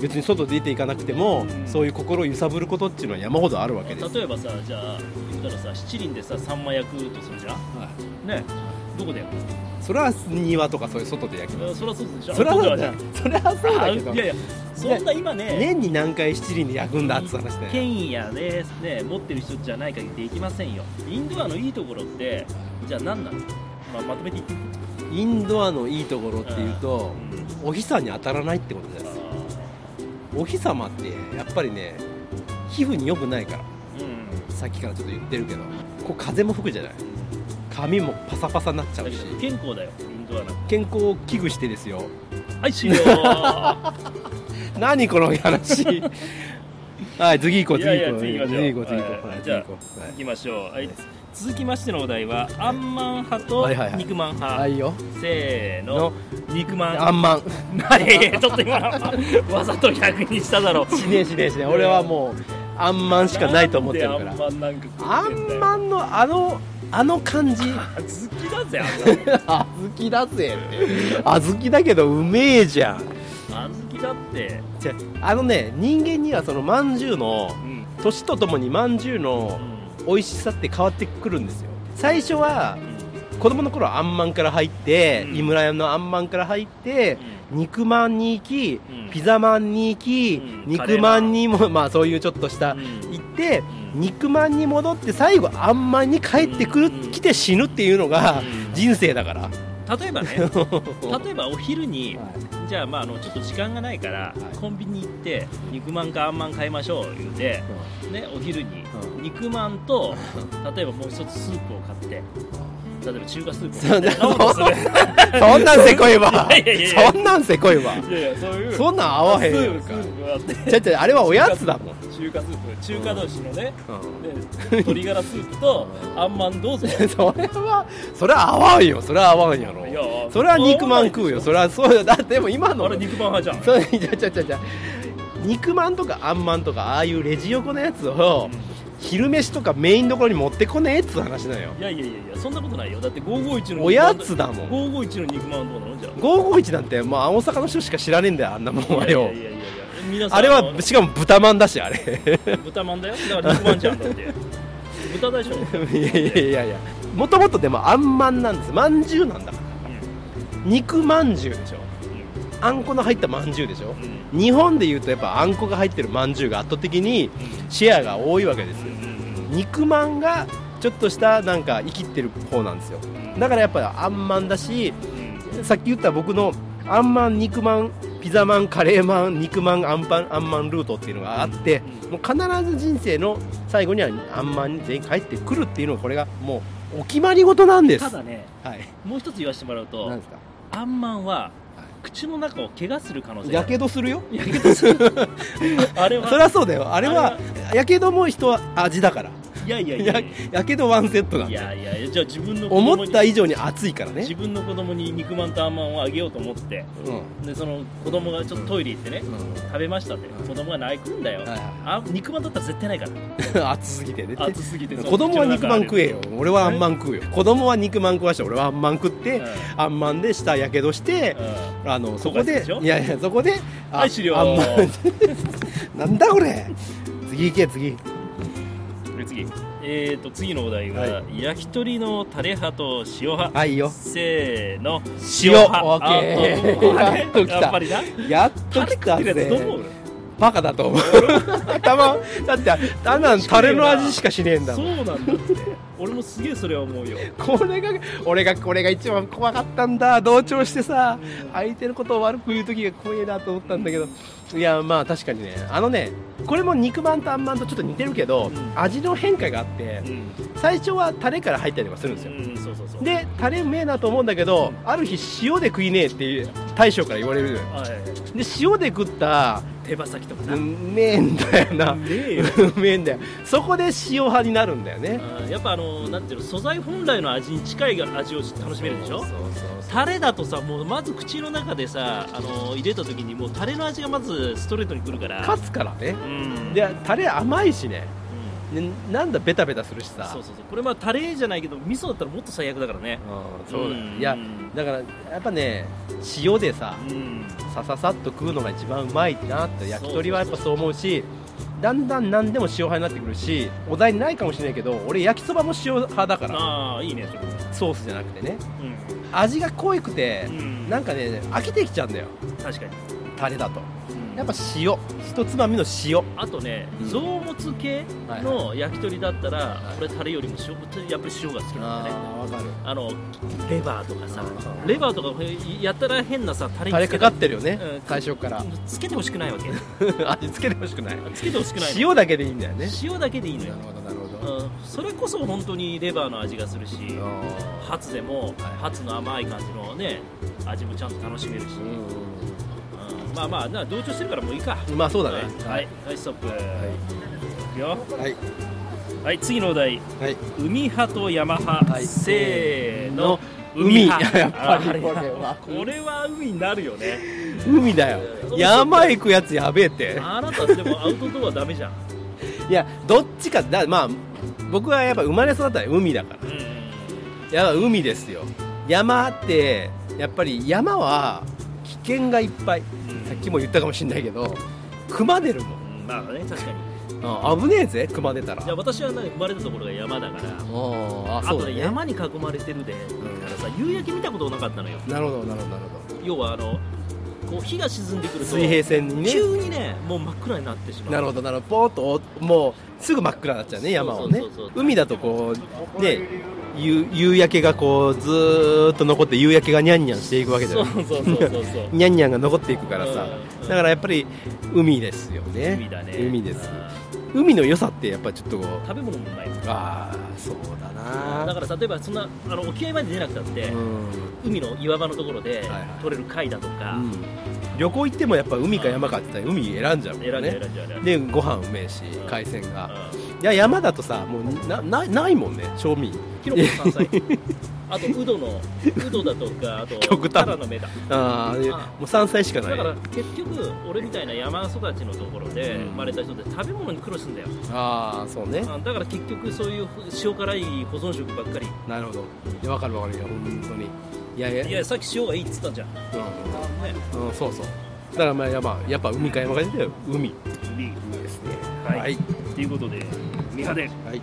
[SPEAKER 2] 別に外出ていかなくても
[SPEAKER 3] うん
[SPEAKER 2] そういう心を揺さぶることっていうのは山ほどあるわけです
[SPEAKER 3] 例えばさじゃあ言ったらさ七輪でさサンマ焼くとするじゃんねどこでやる
[SPEAKER 2] それは庭とかそういう外で焼きます
[SPEAKER 3] そりゃそうでしょ
[SPEAKER 2] それは
[SPEAKER 3] あ
[SPEAKER 2] そ
[SPEAKER 3] 外
[SPEAKER 2] う
[SPEAKER 3] で
[SPEAKER 2] だ
[SPEAKER 3] は
[SPEAKER 2] それはそうだけど
[SPEAKER 3] あいやいやそんな今ね
[SPEAKER 2] 年に何回七輪で焼くんだって話だよ
[SPEAKER 3] 権威やねね持ってる人じゃない限りできませんよインドアのいいところってじゃあ何なのまあ、まとめていい、うん
[SPEAKER 2] インドアのいいところっていうと、お日さんに当たらないってことですお日様ってやっぱりね皮膚に良くないからさっきからちょっと言ってるけどこう風も吹くじゃない髪もパサパサになっちゃ
[SPEAKER 3] だ
[SPEAKER 2] う
[SPEAKER 3] け
[SPEAKER 2] し
[SPEAKER 3] ど不健康だよインドアな
[SPEAKER 2] 健康を危惧してですよ
[SPEAKER 3] は い終了は
[SPEAKER 2] 何この話 はい次行こう
[SPEAKER 3] い
[SPEAKER 2] 次
[SPEAKER 3] やいや
[SPEAKER 2] 行こう
[SPEAKER 3] 次行きましょ
[SPEAKER 2] 行こう次行
[SPEAKER 3] う
[SPEAKER 2] こう
[SPEAKER 3] は
[SPEAKER 2] は
[SPEAKER 3] い
[SPEAKER 2] い
[SPEAKER 3] じゃ
[SPEAKER 2] 次
[SPEAKER 3] あ
[SPEAKER 2] 行こう
[SPEAKER 3] い行きましょう、はい、続きましてのお題はアンマン派と
[SPEAKER 2] はいはいはい
[SPEAKER 3] 肉まん派、
[SPEAKER 2] はいはいよ
[SPEAKER 3] せーの
[SPEAKER 2] の
[SPEAKER 3] 肉まん
[SPEAKER 2] あんまん
[SPEAKER 3] 何ちょっと今のわざと逆にしただろ
[SPEAKER 2] しねえしねえしねえ俺はもうあんまんしかないと思ってるか
[SPEAKER 3] な
[SPEAKER 2] ら
[SPEAKER 3] んであんまんなんか
[SPEAKER 2] あ
[SPEAKER 3] 食っ
[SPEAKER 2] ん
[SPEAKER 3] てんだよ
[SPEAKER 2] まんのあのあの感じ
[SPEAKER 3] 好きだぜあんま ん
[SPEAKER 2] あずきだぜってあずきだけどうめえじゃん
[SPEAKER 3] あずきだって、
[SPEAKER 2] じゃああのね人間にはそのまんじゅうの
[SPEAKER 3] うん
[SPEAKER 2] 年とともにまんじゅうの美味しさって変わってくるんですよ最初は子供の頃はあんまんから入って、
[SPEAKER 3] うん
[SPEAKER 2] 井村屋のあんまんから入って肉まんに行き
[SPEAKER 3] うん
[SPEAKER 2] ピザまんに行き、
[SPEAKER 3] うん
[SPEAKER 2] 肉まんにもまあそういうちょっとした、行って肉まんに戻って最後あんまんに帰ってくる、
[SPEAKER 3] うん
[SPEAKER 2] 来て死ぬっていうのが
[SPEAKER 3] うん
[SPEAKER 2] 人生だ から、
[SPEAKER 3] 例えばね例えばお昼にじゃあまああのちょっと時間がないから
[SPEAKER 2] い
[SPEAKER 3] コンビニ行って肉まんかあんまん買いましょう言うてねお昼に
[SPEAKER 2] うん
[SPEAKER 3] 肉まんと例えばもう一つスープを買って例えば中華スープ
[SPEAKER 2] そうだ
[SPEAKER 3] を買って飲むとする
[SPEAKER 2] そんなんせこいわ
[SPEAKER 3] いやいやいや
[SPEAKER 2] そんなんせこいわ
[SPEAKER 3] いやいやそういう
[SPEAKER 2] そんなん合わへん
[SPEAKER 3] ス
[SPEAKER 2] よ
[SPEAKER 3] ープスープがあって
[SPEAKER 2] ちゃちゃあれはおやつだもん、
[SPEAKER 3] 中華スープ中華同士のね
[SPEAKER 2] う
[SPEAKER 3] で鶏ガラスープとあんまんどうぞ
[SPEAKER 2] ん、それはそれは合わんよそれは合わんやろ
[SPEAKER 3] いや
[SPEAKER 2] それは肉まん食うよそれはそうよだってもう今の
[SPEAKER 3] あれ肉まん派じゃん
[SPEAKER 2] そうじゃじゃじゃじゃ肉まんとかあんまんとかああいうレジ横のやつを昼飯とかメインどころに持ってこねえっつう話だよ
[SPEAKER 3] いやいやいやいやそんなことないよだって551の
[SPEAKER 2] おやつだもん
[SPEAKER 3] 551の肉まんはどうなのじゃ
[SPEAKER 2] 551なんてもう大阪の人しか知らねえんだよあんなもん
[SPEAKER 3] あ
[SPEAKER 2] はよ
[SPEAKER 3] いやいやいやいや皆さん
[SPEAKER 2] あれ
[SPEAKER 3] の
[SPEAKER 2] はしかも豚まんだしあれ
[SPEAKER 3] 豚まんだよだから肉まんじゃんだって豚でしょ
[SPEAKER 2] いやいやいやいやもともとでもあんまんなんですまんじゅうなんだ肉まんじゅうでしょあんこの入ったまんじゅうでしょ日本でいうとやっぱあんこが入ってるまんじゅうが圧倒的にシェアが多いわけですよ肉まんがちょっとしたなんか生きってる方なんですよだからやっぱりあんまんだしさっき言った僕のあんまん肉まんピザまんカレーまん肉まんあんパンあんまんルートっていうのがあってもう必ず人生の最後にはあんまんに全員帰ってくるっていうのがこれがもうお決まり事なんです
[SPEAKER 3] た
[SPEAKER 2] は
[SPEAKER 3] だね
[SPEAKER 2] い
[SPEAKER 3] もう一つ言わせてもらうと
[SPEAKER 2] 何ですか
[SPEAKER 3] あんまんは
[SPEAKER 2] は
[SPEAKER 3] 口の中を怪我する可能性が
[SPEAKER 2] や
[SPEAKER 3] ある
[SPEAKER 2] けどするよ
[SPEAKER 3] やけどするあれは
[SPEAKER 2] そりゃそうだよあれはやけども人は味だから
[SPEAKER 3] いやいやいや
[SPEAKER 2] や
[SPEAKER 3] い
[SPEAKER 2] やけどワンセットな
[SPEAKER 3] や
[SPEAKER 2] ん
[SPEAKER 3] い
[SPEAKER 2] だよ
[SPEAKER 3] やいやいやじゃあ自分の子供に
[SPEAKER 2] 思った以上に熱いからね
[SPEAKER 3] 自分の子供に肉まんとあんまんをあげようと思ってでその子供がちょっとトイレ行ってね
[SPEAKER 2] うん、うん
[SPEAKER 3] 食べましたって
[SPEAKER 2] うん
[SPEAKER 3] 子供が泣くんだよ
[SPEAKER 2] はい
[SPEAKER 3] あ肉まんだったら絶対ないから
[SPEAKER 2] 熱すぎてね
[SPEAKER 3] 熱すぎて
[SPEAKER 2] 子供は肉まん食えよ俺はあんまん
[SPEAKER 3] ん
[SPEAKER 2] 食うよ子供は肉まん食わして俺はあんまん食って、あんまんで下やけどして、あのそこ
[SPEAKER 3] 後悔する
[SPEAKER 2] で
[SPEAKER 3] でしょ
[SPEAKER 2] いやいやそこであ
[SPEAKER 3] はい終了
[SPEAKER 2] あんまんなんだこれ次行け次
[SPEAKER 3] 次えーと次のお題は、
[SPEAKER 2] は
[SPEAKER 3] 焼き鳥のタレ派と塩派、
[SPEAKER 2] はいよ
[SPEAKER 3] せーの
[SPEAKER 2] 塩
[SPEAKER 3] 派
[SPEAKER 2] オッケー
[SPEAKER 3] ああ
[SPEAKER 2] や
[SPEAKER 3] れ
[SPEAKER 2] っと来た
[SPEAKER 3] やっぱりな
[SPEAKER 2] やっと
[SPEAKER 3] タ
[SPEAKER 2] 来
[SPEAKER 3] レ食ったてるやつどう思
[SPEAKER 2] ぜ
[SPEAKER 3] う
[SPEAKER 2] バカだと思う頭だってあんなんタレの味しかしねえんだ
[SPEAKER 3] そ
[SPEAKER 2] も
[SPEAKER 3] うんなんだって俺もすげえそれは思うよ
[SPEAKER 2] これが俺がこれが一番怖かったんだ同調してさ相手のことを悪く言う時が怖えなと思ったんだけどいやまあ確かにねあのねこれも肉まんとあんまんとちょっと似てるけど、
[SPEAKER 3] うん
[SPEAKER 2] 味の変化があって
[SPEAKER 3] うん、
[SPEAKER 2] 最初はタレから入ったりとかするんですよ、
[SPEAKER 3] うん、そうそうそう
[SPEAKER 2] でタレうめえなと思うんだけどある日塩で食いねえっていう大将から言われるのよ
[SPEAKER 3] はいはいはい
[SPEAKER 2] で塩で食った
[SPEAKER 3] 手羽先とか
[SPEAKER 2] う
[SPEAKER 3] なね
[SPEAKER 2] めえんだよな
[SPEAKER 3] えよ
[SPEAKER 2] うめえんだよそこで塩派になるんだよね
[SPEAKER 3] あーやっぱあのなんていうの素材本来の味に近い味を楽しめるでしょ
[SPEAKER 2] そうそうそう
[SPEAKER 3] タレだとさもうまず口の中でさあの入れた時にもうタレの味がまずストレートにくるから
[SPEAKER 2] 勝つからね
[SPEAKER 3] うん
[SPEAKER 2] でタレ甘いしね
[SPEAKER 3] うん
[SPEAKER 2] ねなんだベタベタするしさ
[SPEAKER 3] そうそうそうこれまあタレじゃないけど味噌だったらもっと最悪だからね
[SPEAKER 2] うんそうだよ
[SPEAKER 3] ん
[SPEAKER 2] いやだからやっぱね塩でさ
[SPEAKER 3] うん
[SPEAKER 2] さささっと食うのが一番うまいなって焼き鳥はやっぱそう思うしだんだん何でも塩派になってくるしお題にないかもしれないけど俺焼きそばも塩派だから
[SPEAKER 3] ああいいねそれ
[SPEAKER 2] ソースじゃなくてね味が濃いくて
[SPEAKER 3] うん、うん、
[SPEAKER 2] なんかね飽きてきちゃうんだよ
[SPEAKER 3] 確かに、
[SPEAKER 2] タレだと
[SPEAKER 3] うん
[SPEAKER 2] やっぱ塩一つまみの塩
[SPEAKER 3] あとね
[SPEAKER 2] うん
[SPEAKER 3] 臓物系の焼き鳥だったら、
[SPEAKER 2] い
[SPEAKER 3] 俺タレよりも塩やっぱり塩が好きなんだね
[SPEAKER 2] あわかる
[SPEAKER 3] あのレバーとかさレバーとかやったら変なさタレ
[SPEAKER 2] タレ
[SPEAKER 3] につ
[SPEAKER 2] か
[SPEAKER 3] け
[SPEAKER 2] か
[SPEAKER 3] た
[SPEAKER 2] ってるよね、
[SPEAKER 3] うん
[SPEAKER 2] 最初から
[SPEAKER 3] つけてほしくないわ け
[SPEAKER 2] 味付けてほしくない
[SPEAKER 3] つけてほしくないの
[SPEAKER 2] 塩だけでいいんだよね
[SPEAKER 3] 塩だけでいいのよ、
[SPEAKER 2] ほどなるほど
[SPEAKER 3] うん、それこそ本当にレバーの味がするしハツでもハツの甘い感じのね味もちゃんと楽しめるし、うんまあまあな同調してるからもういいか
[SPEAKER 2] うんまあそうだね
[SPEAKER 3] うんはい、はい、ストップ、い、くよ
[SPEAKER 2] はい
[SPEAKER 3] はい次のお題
[SPEAKER 2] はい
[SPEAKER 3] 海派と山派、
[SPEAKER 2] はい
[SPEAKER 3] せーの
[SPEAKER 2] 海
[SPEAKER 3] 派
[SPEAKER 2] やっぱり
[SPEAKER 3] あ
[SPEAKER 2] これは
[SPEAKER 3] これは海になるよね
[SPEAKER 2] 海だよ山行くやつやべえって
[SPEAKER 3] あなたでもアウトドアダメじゃん、
[SPEAKER 2] いやどっちかだまあ僕はやっぱ生まれ育ったら海だから
[SPEAKER 3] うん、
[SPEAKER 2] やっぱ海ですよ山ってやっぱり山は危険がいっぱいさっきも言ったかもしれないけど熊出るもん
[SPEAKER 3] うんまあね確かに
[SPEAKER 2] あ危ねえぜ熊出たら
[SPEAKER 3] じゃあ私は、ね、生まれたところが山だから
[SPEAKER 2] ああ
[SPEAKER 3] あ
[SPEAKER 2] そ
[SPEAKER 3] と
[SPEAKER 2] うだ
[SPEAKER 3] ね
[SPEAKER 2] ね
[SPEAKER 3] 山に囲まれてるで、だからさ夕焼け見たことなかったのよ
[SPEAKER 2] なるほどなるほどなるほど
[SPEAKER 3] 要はあのこう日が沈んでくると
[SPEAKER 2] 水平線にね
[SPEAKER 3] 急にねもう真っ暗になってしまう
[SPEAKER 2] なるほどなるほどポーッともうすぐ真っ暗になっちゃうね山はね
[SPEAKER 3] そうそうそうそう
[SPEAKER 2] 海だとこうね夕夕焼けがこうずーっと残って夕焼けがニャンニャンしていくわけだ
[SPEAKER 3] そ
[SPEAKER 2] よ
[SPEAKER 3] うそうそうそうそう
[SPEAKER 2] ニャンニャンが残っていくからさ
[SPEAKER 3] うん
[SPEAKER 2] だからやっぱり海ですよね
[SPEAKER 3] 海だね
[SPEAKER 2] 海です
[SPEAKER 3] うん
[SPEAKER 2] 海の良さってやっぱちょっとこう
[SPEAKER 3] 食べ物もうまい
[SPEAKER 2] ああそうだ
[SPEAKER 3] だ
[SPEAKER 2] な
[SPEAKER 3] から例えばそんなあの沖合まで出なくたって、
[SPEAKER 2] うん、
[SPEAKER 3] 海の岩場のところで
[SPEAKER 2] いはい
[SPEAKER 3] 取れる貝だとか、
[SPEAKER 2] うん旅行行ってもやっぱ海か山かって言ったら海選んじゃうも
[SPEAKER 3] 選
[SPEAKER 2] ん
[SPEAKER 3] んで
[SPEAKER 2] ね
[SPEAKER 3] 選んで選んで
[SPEAKER 2] でご飯うめえし
[SPEAKER 3] うん
[SPEAKER 2] 海鮮
[SPEAKER 3] う
[SPEAKER 2] が
[SPEAKER 3] ん
[SPEAKER 2] いや山だとさもうななないもんね賞味
[SPEAKER 3] キノコの山菜 あとウドのウドだとかあと
[SPEAKER 2] 極端
[SPEAKER 3] タラの芽だ
[SPEAKER 2] ああもう山菜しかな
[SPEAKER 3] だ
[SPEAKER 2] い
[SPEAKER 3] から結局俺みたいな山育ちのところで
[SPEAKER 2] うん
[SPEAKER 3] 生まれた人って食べ物に苦労するんだよ、
[SPEAKER 2] ああそうね
[SPEAKER 3] あだから結局そういう塩辛い保存食ばっかり
[SPEAKER 2] なるほどいやわかるわかるよ本当にいやいや
[SPEAKER 3] いやさっき塩がいいっつったじゃん、ね、
[SPEAKER 2] うん、うん、そうそうだからまあやっぱやっぱ海か山かで言ったら海
[SPEAKER 3] 海
[SPEAKER 2] ですね
[SPEAKER 3] はい
[SPEAKER 2] はい、
[SPEAKER 3] っていうことでミハで
[SPEAKER 2] はい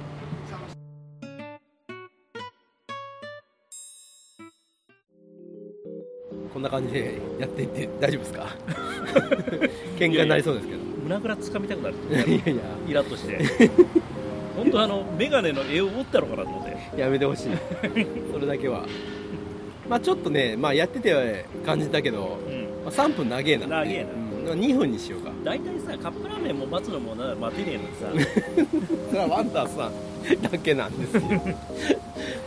[SPEAKER 2] こんな感じでやっていって大丈夫です か喧嘩になりそうですけど
[SPEAKER 3] 胸ぐらつかみたくなる
[SPEAKER 2] いやいやい
[SPEAKER 3] イラッとして本当あの眼鏡の絵を折ったのかなと思って
[SPEAKER 2] ややめてほし いそれだけはまあちょっとね、まあ、やってて感じたけど、
[SPEAKER 3] うん
[SPEAKER 2] まあ、3分長えな
[SPEAKER 3] 長えな
[SPEAKER 2] うん、2分にしようか
[SPEAKER 3] 大体さカップラーメンも待つのもな待てねえのにさ
[SPEAKER 2] それはワンダーさん だけなんですよ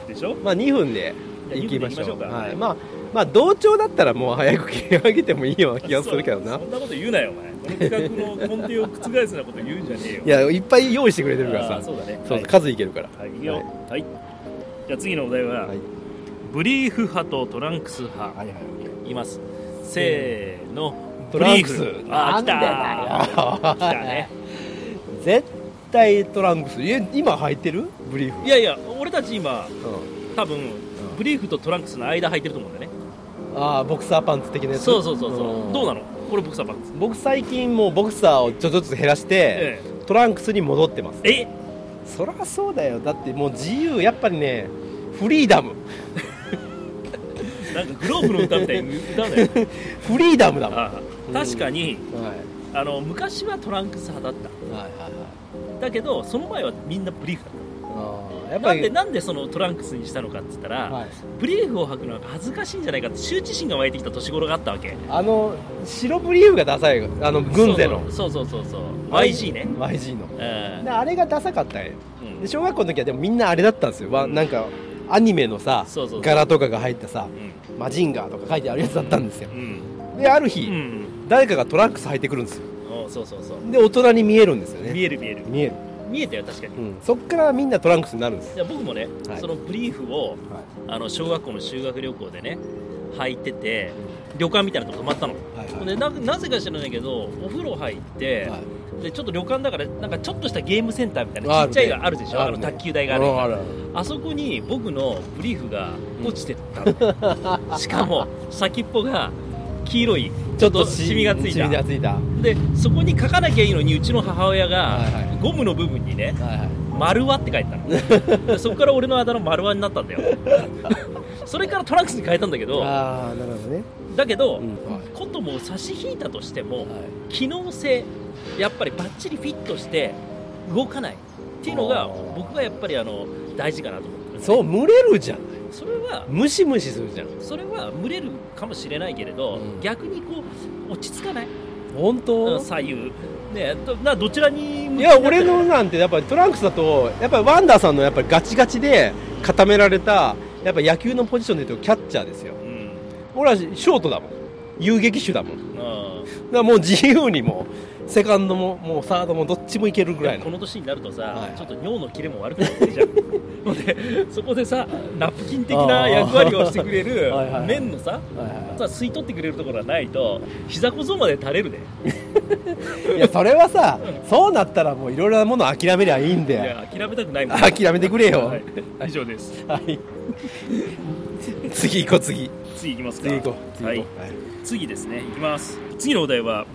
[SPEAKER 3] でしょ
[SPEAKER 2] まあ2分で
[SPEAKER 3] じゃあ
[SPEAKER 2] 行きましょう
[SPEAKER 3] 二分で行きましょうか
[SPEAKER 2] はい、まあまあ同調だったらもう早く切り上げて もいいような気がするけどな
[SPEAKER 3] そそんなこと言うなよお前この企画の根底を覆すようなこと言うんじゃねえよ
[SPEAKER 2] いやいっぱい用意してくれてるから
[SPEAKER 3] あー
[SPEAKER 2] さ
[SPEAKER 3] そうだね
[SPEAKER 2] そう
[SPEAKER 3] はい
[SPEAKER 2] 数いけるから
[SPEAKER 3] はい、いいよ。はい。じゃあ次のお題は、
[SPEAKER 2] はい
[SPEAKER 3] ブリーフ派とトランクス派、い、ます。せーの、
[SPEAKER 2] トランクス
[SPEAKER 3] ブリーフあー、
[SPEAKER 2] なん
[SPEAKER 3] 来た来
[SPEAKER 2] でだ
[SPEAKER 3] た
[SPEAKER 2] よ
[SPEAKER 3] ね。
[SPEAKER 2] 絶対トランクスえ今履いてるブリーフ
[SPEAKER 3] いやいや、俺たち今、
[SPEAKER 2] うん
[SPEAKER 3] 多分、ブリーフとトランクスの間履いてると思うんだよね。
[SPEAKER 2] ああボクサーパンツ的なやつ
[SPEAKER 3] そうそうそうそう。どう
[SPEAKER 2] の
[SPEAKER 3] なの？これ僕さパンツ。
[SPEAKER 2] 僕最近もうボクサーをちょっとずつ減らして、
[SPEAKER 3] え
[SPEAKER 2] トランクスに戻ってます
[SPEAKER 3] ええ、
[SPEAKER 2] そりゃそうだよだってもう自由やっぱりねフリーダム
[SPEAKER 3] なんかグローブの歌みたいに歌 うね。
[SPEAKER 2] フリーダムだもん、は
[SPEAKER 3] あー確かに
[SPEAKER 2] い、はい
[SPEAKER 3] あの昔はトランクス派だった。
[SPEAKER 2] はいはい
[SPEAKER 3] だけどその前はみんなブリーフだっ。
[SPEAKER 2] あーやった
[SPEAKER 3] な
[SPEAKER 2] ぱ
[SPEAKER 3] んで
[SPEAKER 2] り
[SPEAKER 3] なんでそのトランクスにしたのかって言ったら。
[SPEAKER 2] はい、
[SPEAKER 3] ブリーフを履くのが恥ずかしいんじゃないかって羞恥心が湧いてきた年頃があったわけ
[SPEAKER 2] あの白ブリーフがダサいよあの軍勢の
[SPEAKER 3] そうそうそうそうそう YG ね
[SPEAKER 2] YG の
[SPEAKER 3] うん
[SPEAKER 2] であれがダサかったよ
[SPEAKER 3] うん
[SPEAKER 2] で小学校の時はでもみんなあれだったんですよ、わなんかアニメのさ
[SPEAKER 3] そうそうそう
[SPEAKER 2] 柄とかが入ったさ
[SPEAKER 3] う
[SPEAKER 2] 「
[SPEAKER 3] ん
[SPEAKER 2] マジンガー」とか書いてあるやつだったんですよ
[SPEAKER 3] うん
[SPEAKER 2] である
[SPEAKER 3] う
[SPEAKER 2] 日、
[SPEAKER 3] ん
[SPEAKER 2] 誰かがトランクス履いてくるんですよ
[SPEAKER 3] おそうそうそう
[SPEAKER 2] で大人に見えるんですよね
[SPEAKER 3] 見える見える
[SPEAKER 2] 見える、
[SPEAKER 3] 見えたよ確かに
[SPEAKER 2] うん、そっからみんなトランクスになるんですよ、
[SPEAKER 3] いや僕もね
[SPEAKER 2] はい
[SPEAKER 3] そのブリーフをあの小学校の修学旅行でね履いてて旅館みたいなとこ泊まったの
[SPEAKER 2] はいはい
[SPEAKER 3] でななぜか知らないけどお風呂入って
[SPEAKER 2] はい
[SPEAKER 3] でちょっと旅館だからなんかちょっとしたゲームセンターみたい
[SPEAKER 2] あ
[SPEAKER 3] なち
[SPEAKER 2] る
[SPEAKER 3] っ
[SPEAKER 2] ね
[SPEAKER 3] ちゃいのあるでしょ
[SPEAKER 2] あ
[SPEAKER 3] あ
[SPEAKER 2] る
[SPEAKER 3] の
[SPEAKER 2] ね
[SPEAKER 3] 卓球台がある
[SPEAKER 2] あるある
[SPEAKER 3] あそこに僕のブリーフが落ちてったの、しかも先っぽが黄色いちょっとシミがつい
[SPEAKER 2] シ
[SPEAKER 3] た
[SPEAKER 2] ミがついたは
[SPEAKER 3] でそこに書かなきゃいいのにうちの母親が
[SPEAKER 2] はいはい
[SPEAKER 3] ゴムの部分にね
[SPEAKER 2] いはい
[SPEAKER 3] 「丸輪」って書いてたのでそこから俺のあだ名丸輪になったんだよそれからトランクスに変えたんだけど
[SPEAKER 2] ああなるほどね
[SPEAKER 3] だけ
[SPEAKER 6] うん
[SPEAKER 3] ど、
[SPEAKER 2] はい
[SPEAKER 3] ことも差し引いたとしても
[SPEAKER 2] はい
[SPEAKER 3] 機能性やっぱりバッチリフィットして動かないっていうのが
[SPEAKER 2] あー
[SPEAKER 3] 僕がやっぱりあの大事かなと思ってるんですね
[SPEAKER 2] そう群れるじゃん
[SPEAKER 3] それは
[SPEAKER 2] ムシムシするじゃん
[SPEAKER 3] それは群れるかもしれないけれど、
[SPEAKER 2] うん
[SPEAKER 3] 逆にこう落ち着かない、
[SPEAKER 2] 本当、
[SPEAKER 3] 左右ねどなどちらに向
[SPEAKER 2] い
[SPEAKER 3] き合
[SPEAKER 2] や
[SPEAKER 3] って
[SPEAKER 2] 俺のなんてやっぱりトランクスだとやっぱりワンダーさんのやっぱりガチガチで固められたやっぱ野球のポジションで言うとキャッチャーですよ
[SPEAKER 3] うん
[SPEAKER 2] 俺はショートだもん遊撃手だもんだか
[SPEAKER 3] あ
[SPEAKER 2] らもう自由にもうセカンドももうサードもどっちもいける
[SPEAKER 3] ー
[SPEAKER 2] ぐらい
[SPEAKER 3] こ
[SPEAKER 2] の
[SPEAKER 3] の年になるとさ、
[SPEAKER 2] はい
[SPEAKER 3] ちょっと尿の切れも悪くなってる じゃんのでそこでさナプキン的な役割をしてくれ る
[SPEAKER 2] はいはい
[SPEAKER 3] 麺のささ吸い取ってくれるところがないと膝小僧まで垂れるね
[SPEAKER 2] いやそれはさそうなったらもういろいろなものを諦めりゃいいん
[SPEAKER 3] い
[SPEAKER 2] だよ
[SPEAKER 3] や諦めたくないもん
[SPEAKER 2] 諦めてくれよ
[SPEAKER 3] はい、以上です
[SPEAKER 2] はい次行こう次
[SPEAKER 3] 次いきますか
[SPEAKER 2] 次行こう次
[SPEAKER 3] は
[SPEAKER 2] 行
[SPEAKER 3] い
[SPEAKER 2] こう、はい
[SPEAKER 3] 次ですねいきます次のお題は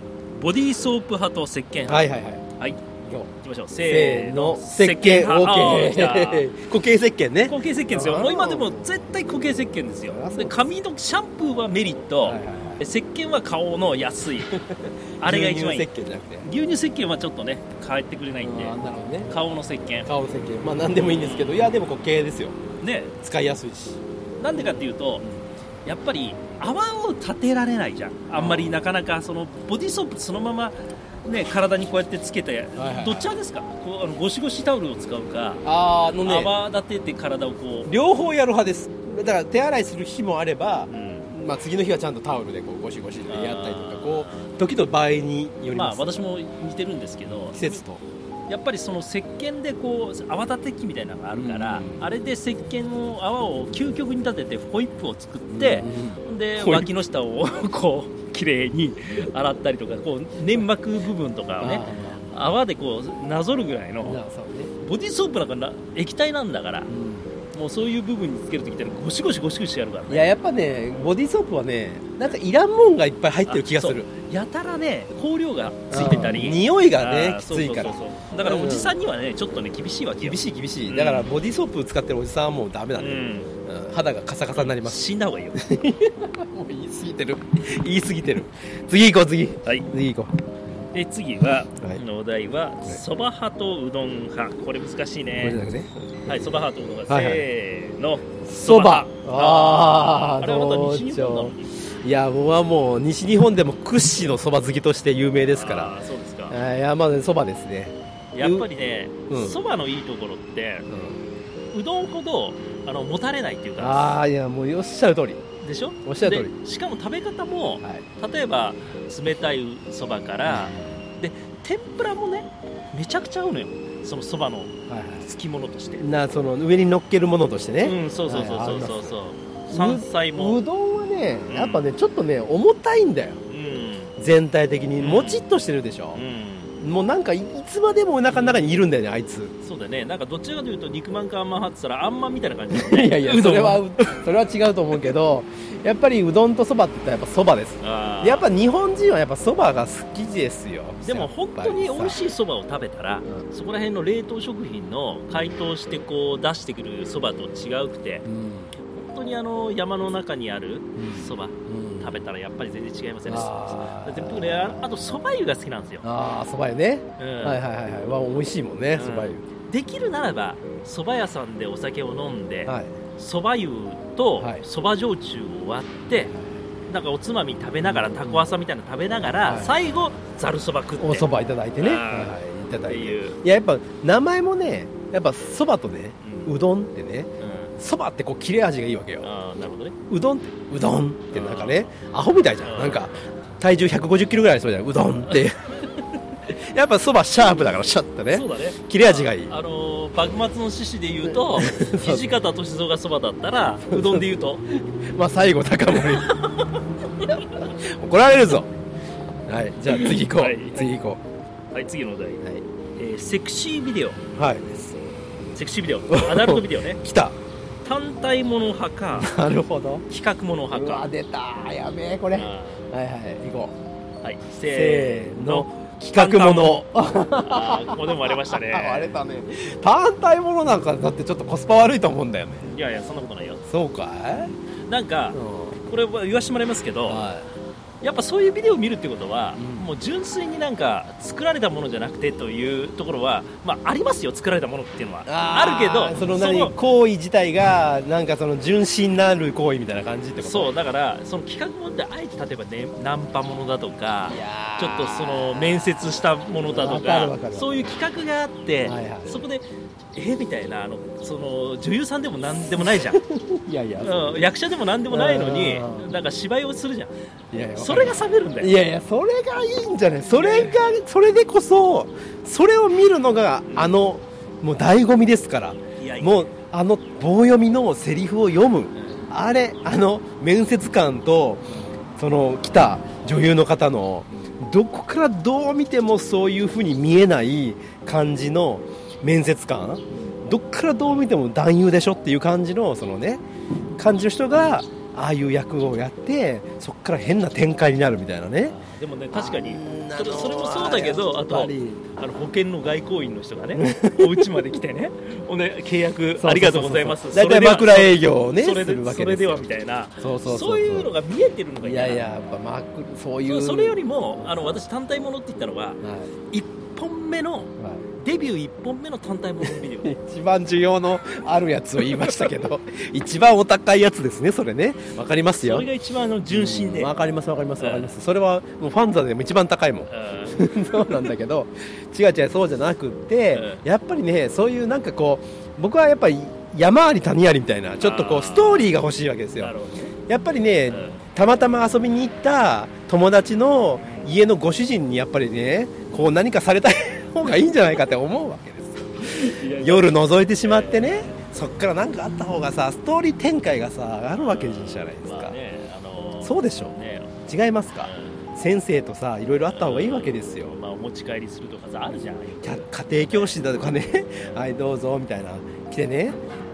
[SPEAKER 3] ボディーソープ派と石鹸派、
[SPEAKER 2] はいはいはい。
[SPEAKER 3] はい
[SPEAKER 2] 行こ
[SPEAKER 3] いきましょう
[SPEAKER 2] せーの、
[SPEAKER 3] せ
[SPEAKER 2] 石
[SPEAKER 3] ー
[SPEAKER 2] 鹸、
[SPEAKER 3] の石鹸派あ ー来た
[SPEAKER 2] OK。固形石鹸ね。
[SPEAKER 3] 固形石鹸ですよ
[SPEAKER 2] あー
[SPEAKER 3] もう今でも絶対固形石鹸ですよ
[SPEAKER 2] そりゃそう
[SPEAKER 3] で
[SPEAKER 2] です
[SPEAKER 3] 髪のシャンプーはメリット、
[SPEAKER 2] はいはいはい
[SPEAKER 3] 石鹸は顔の安 いあれが一番いい
[SPEAKER 2] 牛乳石鹸じゃなくて。
[SPEAKER 3] 牛乳石鹸はちょっとね変えてくれないんで
[SPEAKER 2] あーなるほどね。
[SPEAKER 3] 顔の石鹸
[SPEAKER 2] 顔石鹸。まあ何でもいいんですけど、いやでも固形ですよ。
[SPEAKER 3] ね
[SPEAKER 2] 使いやすいし。
[SPEAKER 3] なんでかっていうとやっぱり泡を立てられないじゃんあんまりなかなかそのボディーソープそのままね体にこうやってつけて
[SPEAKER 2] はいはい
[SPEAKER 3] どっちらですかこうあのゴシゴシタオルを使うか
[SPEAKER 2] あーあのね、
[SPEAKER 3] 泡立てて体をこう
[SPEAKER 2] 両方やる派です。だから手洗いする日もあれば、
[SPEAKER 3] うん
[SPEAKER 2] まあ次の日はちゃんとタオルでこうゴシゴシでやったりと
[SPEAKER 3] あ
[SPEAKER 2] か、
[SPEAKER 3] ー
[SPEAKER 2] こう時と場合により
[SPEAKER 3] まあ
[SPEAKER 2] ます。
[SPEAKER 3] 私も似てるんですけど
[SPEAKER 2] 季節と。
[SPEAKER 3] やっぱりその石鹸でこう泡立て器みたいなのがあるから、
[SPEAKER 2] う
[SPEAKER 3] あれで石鹸を泡を究極に立ててホイップを作って
[SPEAKER 2] う、ん
[SPEAKER 3] で
[SPEAKER 2] ホイップ
[SPEAKER 3] 脇の下をこう綺麗に洗ったりとかこう粘膜部分とかをね泡でこうなぞるぐら
[SPEAKER 2] あ
[SPEAKER 3] い
[SPEAKER 2] ーじゃ
[SPEAKER 3] の
[SPEAKER 2] あそうね。
[SPEAKER 3] ボディーソープなんかな液体なんだから
[SPEAKER 2] うん
[SPEAKER 3] もうそういう部分につけるときってゴシゴシゴシゴシやるから
[SPEAKER 2] い
[SPEAKER 3] ね
[SPEAKER 2] ややっぱねボディーソープはねなんかいらんもんがいっぱい入ってる気がする
[SPEAKER 3] やたらね香料がついてたり
[SPEAKER 2] うん匂いがね
[SPEAKER 3] あー
[SPEAKER 2] きついから
[SPEAKER 3] そうそうそうそうだからおじさんにはねちょっとね厳しいわけよ
[SPEAKER 2] 厳しい厳し
[SPEAKER 3] う
[SPEAKER 2] い
[SPEAKER 3] ん
[SPEAKER 2] だからボディーソープ使ってるおじさんはもうダメだ
[SPEAKER 3] う
[SPEAKER 2] ね、
[SPEAKER 3] ん
[SPEAKER 2] うん肌がカサカサになります
[SPEAKER 3] 死んだ方がいいよ
[SPEAKER 2] もう言い過ぎてる 言い過ぎてる次行こう次
[SPEAKER 3] はい
[SPEAKER 2] 次行こうこ
[SPEAKER 3] で次は、
[SPEAKER 2] はい
[SPEAKER 3] のお題はそば派とうどん派これ難しい
[SPEAKER 2] れだ
[SPEAKER 3] ね
[SPEAKER 2] けね
[SPEAKER 3] はいそば派とうどん派、
[SPEAKER 2] はいはい
[SPEAKER 3] せーの
[SPEAKER 2] そば
[SPEAKER 3] あ
[SPEAKER 2] あ
[SPEAKER 3] ー
[SPEAKER 2] ー
[SPEAKER 3] あれはまた
[SPEAKER 2] どう
[SPEAKER 3] 西日本なので
[SPEAKER 2] いや僕はもう西日本でも屈指のそば好きとして有名ですから
[SPEAKER 3] そうですから
[SPEAKER 2] あーいやまあそばですね、
[SPEAKER 3] やっぱりね
[SPEAKER 2] うん
[SPEAKER 3] そば、のいいところって
[SPEAKER 2] うん
[SPEAKER 3] うどんほどあのもたれないっていうか
[SPEAKER 2] ああいやもうおっしゃる通り
[SPEAKER 3] でしょ
[SPEAKER 2] おっしゃる通り
[SPEAKER 3] でしかも食べ方も
[SPEAKER 2] はい
[SPEAKER 3] 例えば冷たいそばからで天ぷらもねめちゃくちゃ合うのよそのそばの
[SPEAKER 2] はいはい
[SPEAKER 3] つきものとして
[SPEAKER 2] なその上に乗っけるものとしてね、
[SPEAKER 3] うんそうそうそうそうそうそう
[SPEAKER 2] い
[SPEAKER 3] 山菜も
[SPEAKER 2] うどんはね
[SPEAKER 3] うん
[SPEAKER 2] やっぱねちょっとね重たいんだよ
[SPEAKER 3] うん
[SPEAKER 2] 全体的に
[SPEAKER 3] うん
[SPEAKER 2] もちっとしてるでしょ
[SPEAKER 3] う、ん
[SPEAKER 2] もうなんかいいつまでもお腹の中にいるんだよねあいつ
[SPEAKER 3] そうだね、なんかどっちかというと肉まんかあんまん派って言ったらあんまんみたいな感じ だ
[SPEAKER 2] い
[SPEAKER 3] ね
[SPEAKER 2] やいや
[SPEAKER 3] うど
[SPEAKER 2] そ
[SPEAKER 3] ん
[SPEAKER 2] れはそれは違うと思うけどやっぱりうどんとそばって言ったらやっぱそばです
[SPEAKER 3] あー
[SPEAKER 2] やっぱ日本人はやっぱそばが好きですよ
[SPEAKER 3] でも本当に美味
[SPEAKER 2] い
[SPEAKER 3] しいそばを食べたら、
[SPEAKER 2] う
[SPEAKER 3] そこら辺の冷凍食品の解凍してこう出してくるそばと違うくて
[SPEAKER 2] うん、
[SPEAKER 3] 本当にあの山の中にあるそば
[SPEAKER 2] うん
[SPEAKER 3] 食べたらやっぱり全然違いますよね
[SPEAKER 2] あー
[SPEAKER 3] だって僕ねああとそば湯が好きなんですよ、
[SPEAKER 2] あーそば湯ね、
[SPEAKER 3] うん
[SPEAKER 2] はいはいはいはいわ美味しいもんね
[SPEAKER 3] うん
[SPEAKER 2] そば湯、
[SPEAKER 3] できるならばそば屋さんでお酒を飲んで
[SPEAKER 2] はい
[SPEAKER 3] そば、湯と
[SPEAKER 2] はい
[SPEAKER 3] そば焼酎を割って、なんかおつまみ食べながら、タコ朝みたいなの食べながら、
[SPEAKER 2] はい
[SPEAKER 3] 最後ざるそば食って
[SPEAKER 2] おそばいただいてね、
[SPEAKER 3] あ
[SPEAKER 2] はい
[SPEAKER 3] ー
[SPEAKER 2] はい、いただ
[SPEAKER 3] っ
[SPEAKER 2] い
[SPEAKER 3] て
[SPEAKER 2] て
[SPEAKER 3] いう、
[SPEAKER 2] いややっぱ名前もねやっぱそばとね
[SPEAKER 3] うん
[SPEAKER 2] うどんってね
[SPEAKER 3] うん
[SPEAKER 2] そばってこう切れ味がいいわけよ
[SPEAKER 3] あーなるほどね
[SPEAKER 2] うどんってうどんってなんかねアホみたいじゃんなんか体重150キロぐらいの人じゃんうどんって やっぱそばシャープだからシャッと
[SPEAKER 3] そ
[SPEAKER 2] ね
[SPEAKER 3] うだね
[SPEAKER 2] 切れ味がいい
[SPEAKER 3] あのー幕末の趣旨で言 うと土方歳三がそばだったらうどんで言うと
[SPEAKER 2] まあ最後高 森怒られるぞはいじゃあ次行こ
[SPEAKER 3] はいはいう
[SPEAKER 2] 次行こ
[SPEAKER 3] はい次のお題、
[SPEAKER 2] うはい、
[SPEAKER 3] えーセクシービデオ
[SPEAKER 2] はい、
[SPEAKER 3] セクシービデオアダルトビデ オね
[SPEAKER 2] 来た
[SPEAKER 3] 単体もの派か
[SPEAKER 2] なるほど
[SPEAKER 3] 企画もの派
[SPEAKER 2] うわ
[SPEAKER 3] か
[SPEAKER 2] 出たやべえこれはい
[SPEAKER 3] あ
[SPEAKER 2] はい行こう
[SPEAKER 3] ーはい
[SPEAKER 2] せ
[SPEAKER 3] せ
[SPEAKER 2] ー
[SPEAKER 3] ー
[SPEAKER 2] の
[SPEAKER 3] の
[SPEAKER 2] 企画もの
[SPEAKER 3] あーここでも割れまし たね
[SPEAKER 2] れたね単体ものなんかだってちょっとコスパ悪いと思うんだよね
[SPEAKER 3] いやいやそんなことないよ
[SPEAKER 2] そうかい
[SPEAKER 3] なんか
[SPEAKER 2] う
[SPEAKER 3] これは言わせてもらいますけど、
[SPEAKER 2] は
[SPEAKER 3] やっぱそういうビデオを見るってことは、
[SPEAKER 2] うん
[SPEAKER 3] もう純粋になんか作られたものじゃなくてというところは、まあ、ありますよ作られたものっていうのはあるけど
[SPEAKER 2] その何行為自体がなんかその純真なる行為みたいな感じってこと
[SPEAKER 3] そうだからその企画ものであえて例えば、ね、ナンパものだとか
[SPEAKER 2] いやー
[SPEAKER 3] ちょっとその面接したものだと
[SPEAKER 2] わか
[SPEAKER 3] か
[SPEAKER 2] るわかる
[SPEAKER 3] そういう企画があって、
[SPEAKER 2] はいはい
[SPEAKER 3] そこでえみたいなあのその女優さんでもなんでもないじゃん、
[SPEAKER 2] いやいや
[SPEAKER 3] うん役者でもなんでもないのに
[SPEAKER 2] うん
[SPEAKER 3] なんか芝居をするじゃん
[SPEAKER 2] いやいや
[SPEAKER 3] それが冷めるんだ
[SPEAKER 2] い
[SPEAKER 3] よ
[SPEAKER 2] やいやそれがいいんじゃないそれがそれでこそそれを見るのがあのもう醍醐味ですから
[SPEAKER 3] いやいや
[SPEAKER 2] もうあの棒読みのセリフを読むあれあの面接官とその来た女優の方のどこからどう見てもそういう風に見えない感じの面接官どっからどう見ても男優でしょっていう感じのそのね感じの人がああいう役をやってそこから変な展開になるみたいなね
[SPEAKER 3] でもね確かに
[SPEAKER 2] んな
[SPEAKER 3] それ
[SPEAKER 2] の
[SPEAKER 3] それもそうだけど
[SPEAKER 2] は
[SPEAKER 3] あ
[SPEAKER 2] や
[SPEAKER 3] と
[SPEAKER 2] っぱり
[SPEAKER 3] あの保険の外交員の人がね お家まで来てねおね契約ありがとうございます
[SPEAKER 2] 大体
[SPEAKER 3] それでは
[SPEAKER 2] 枕営業をね
[SPEAKER 3] それ
[SPEAKER 2] する
[SPEAKER 3] で
[SPEAKER 2] わ
[SPEAKER 3] そ
[SPEAKER 2] け
[SPEAKER 3] れ
[SPEAKER 2] です
[SPEAKER 3] で
[SPEAKER 2] よ
[SPEAKER 3] はみたいな
[SPEAKER 2] そうそうそうそう
[SPEAKER 3] そういうのが見えてるのが
[SPEAKER 2] い
[SPEAKER 3] 嫌
[SPEAKER 2] や
[SPEAKER 3] ない
[SPEAKER 2] ややっぱマークそうい
[SPEAKER 3] そうそれよりもあの私単体ものって言ったのは
[SPEAKER 2] はい
[SPEAKER 3] 1本目の
[SPEAKER 2] は
[SPEAKER 3] デビュー1本目の単体もののビデオ
[SPEAKER 2] い一番需要のあるやつを言いましたけど 一番お高いやつですねそれね わかります
[SPEAKER 3] そ
[SPEAKER 2] よ
[SPEAKER 3] れが一番あの純真で、
[SPEAKER 2] わかりますわかりますわかりますそれはもうファンザでも一番高いもん
[SPEAKER 3] うん
[SPEAKER 2] そうなんだけど違う違うそうじゃなくって
[SPEAKER 3] う
[SPEAKER 2] やっぱりねそういうなんかこう僕はやっぱり山あり谷ありみたいなちょっとこ
[SPEAKER 3] あー
[SPEAKER 2] うストーリーが欲しいわけですよ
[SPEAKER 3] なるほどね
[SPEAKER 2] やっぱりね
[SPEAKER 3] うん
[SPEAKER 2] たまたま遊びに行った友達の家のご主人にやっぱりねこう何かされた方がいいんじゃないかって思うわけですよ
[SPEAKER 3] いやいや
[SPEAKER 2] 夜覗いてしまってねそっから何かあった方がさストーリー展開がさあるわけじゃないです
[SPEAKER 3] まあ
[SPEAKER 2] か
[SPEAKER 3] ねあのー
[SPEAKER 2] そうでしょ
[SPEAKER 3] ね
[SPEAKER 2] 違いますか先生とさいろいろあった方がいいわけですよ
[SPEAKER 3] うんまあ、お持ち帰りするとかさあるじゃん
[SPEAKER 2] 家家庭教師だとかね はいどうぞみたいな来てね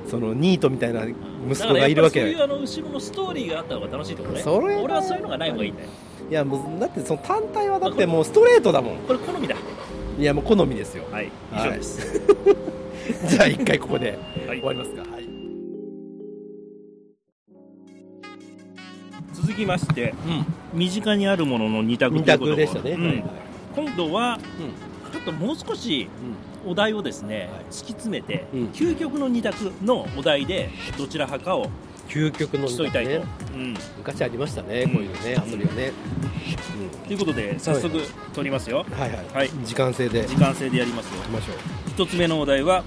[SPEAKER 2] そのニートみたいな息子がいるわけ
[SPEAKER 3] だからやっぱりそういうあの後ろのストーリーがあった方が楽しいってことね
[SPEAKER 2] それは
[SPEAKER 3] 俺はそういうのがない方がいいんだよ
[SPEAKER 2] いやもうだってその単体はだってもうストレートだもん
[SPEAKER 3] これ好みだ
[SPEAKER 2] いやもう好みですよ
[SPEAKER 3] はい以
[SPEAKER 2] はい
[SPEAKER 3] 上です、
[SPEAKER 2] じゃあ一回ここで
[SPEAKER 3] はい
[SPEAKER 2] 終わりますかはい
[SPEAKER 3] 続きまして、身近にあるものの二択
[SPEAKER 2] 二
[SPEAKER 3] ということ
[SPEAKER 2] 択でしたね、
[SPEAKER 3] うん今度は、ちょっともう少しお題をですね、
[SPEAKER 2] はい
[SPEAKER 3] 突き詰めて、
[SPEAKER 2] うん
[SPEAKER 3] 究極の二択のお題でどちら派かを
[SPEAKER 2] 究極の
[SPEAKER 3] 競いたいと、うん
[SPEAKER 2] 昔ありましたね、こういうのね
[SPEAKER 3] うん
[SPEAKER 2] 遊びはね、
[SPEAKER 3] ということで早速取りますよ
[SPEAKER 2] はいはい、
[SPEAKER 3] はい
[SPEAKER 2] 時間制でい
[SPEAKER 3] 時間制でやりますよ
[SPEAKER 2] きましょ
[SPEAKER 3] 一つ目のお題は
[SPEAKER 2] う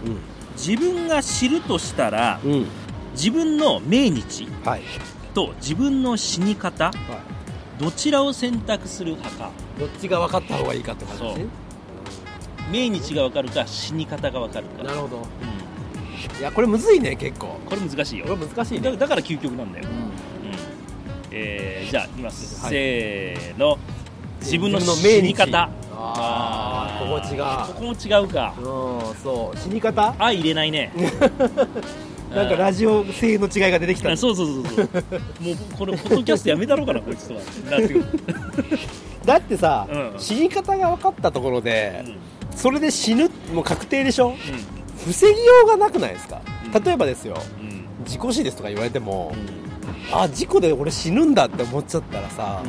[SPEAKER 3] 自分が知るとしたら
[SPEAKER 2] うん、うん、
[SPEAKER 3] 自分の命日
[SPEAKER 2] はい、
[SPEAKER 3] と自分の死に方どちらを選択する派か
[SPEAKER 2] どっちが分かった方がいいかって感じですね
[SPEAKER 3] 命日が分かるか死に方が分かるか
[SPEAKER 2] なるほど
[SPEAKER 3] う
[SPEAKER 2] いやこれむずいね結構
[SPEAKER 3] んこれ難しい
[SPEAKER 2] これ
[SPEAKER 3] よ
[SPEAKER 2] 難しいね
[SPEAKER 3] だだから究極なんだよ、うんえーじゃあ言います、せーの自分の
[SPEAKER 2] 自分の命日
[SPEAKER 3] 死に方
[SPEAKER 2] あー
[SPEAKER 3] あー
[SPEAKER 2] こ
[SPEAKER 3] ここも違うか
[SPEAKER 2] こ違ううんそう死に方
[SPEAKER 3] あ入れない ね
[SPEAKER 2] なんかラジオ性の違いが出てきた
[SPEAKER 3] あそうそうそうそうもうこれポッドキャストやめだろうかなこいつと はなってくる
[SPEAKER 2] だってさ、
[SPEAKER 3] うん
[SPEAKER 2] 死に方が分かったところで
[SPEAKER 3] うん、、うん
[SPEAKER 2] それで死ぬもう確定でしょ防ぎようがなくないですか、
[SPEAKER 3] うん
[SPEAKER 2] 例えばですよ
[SPEAKER 3] うん
[SPEAKER 2] 事故死ですとか言われても、
[SPEAKER 3] うん
[SPEAKER 2] あ事故で俺死ぬんだって思っちゃったらさ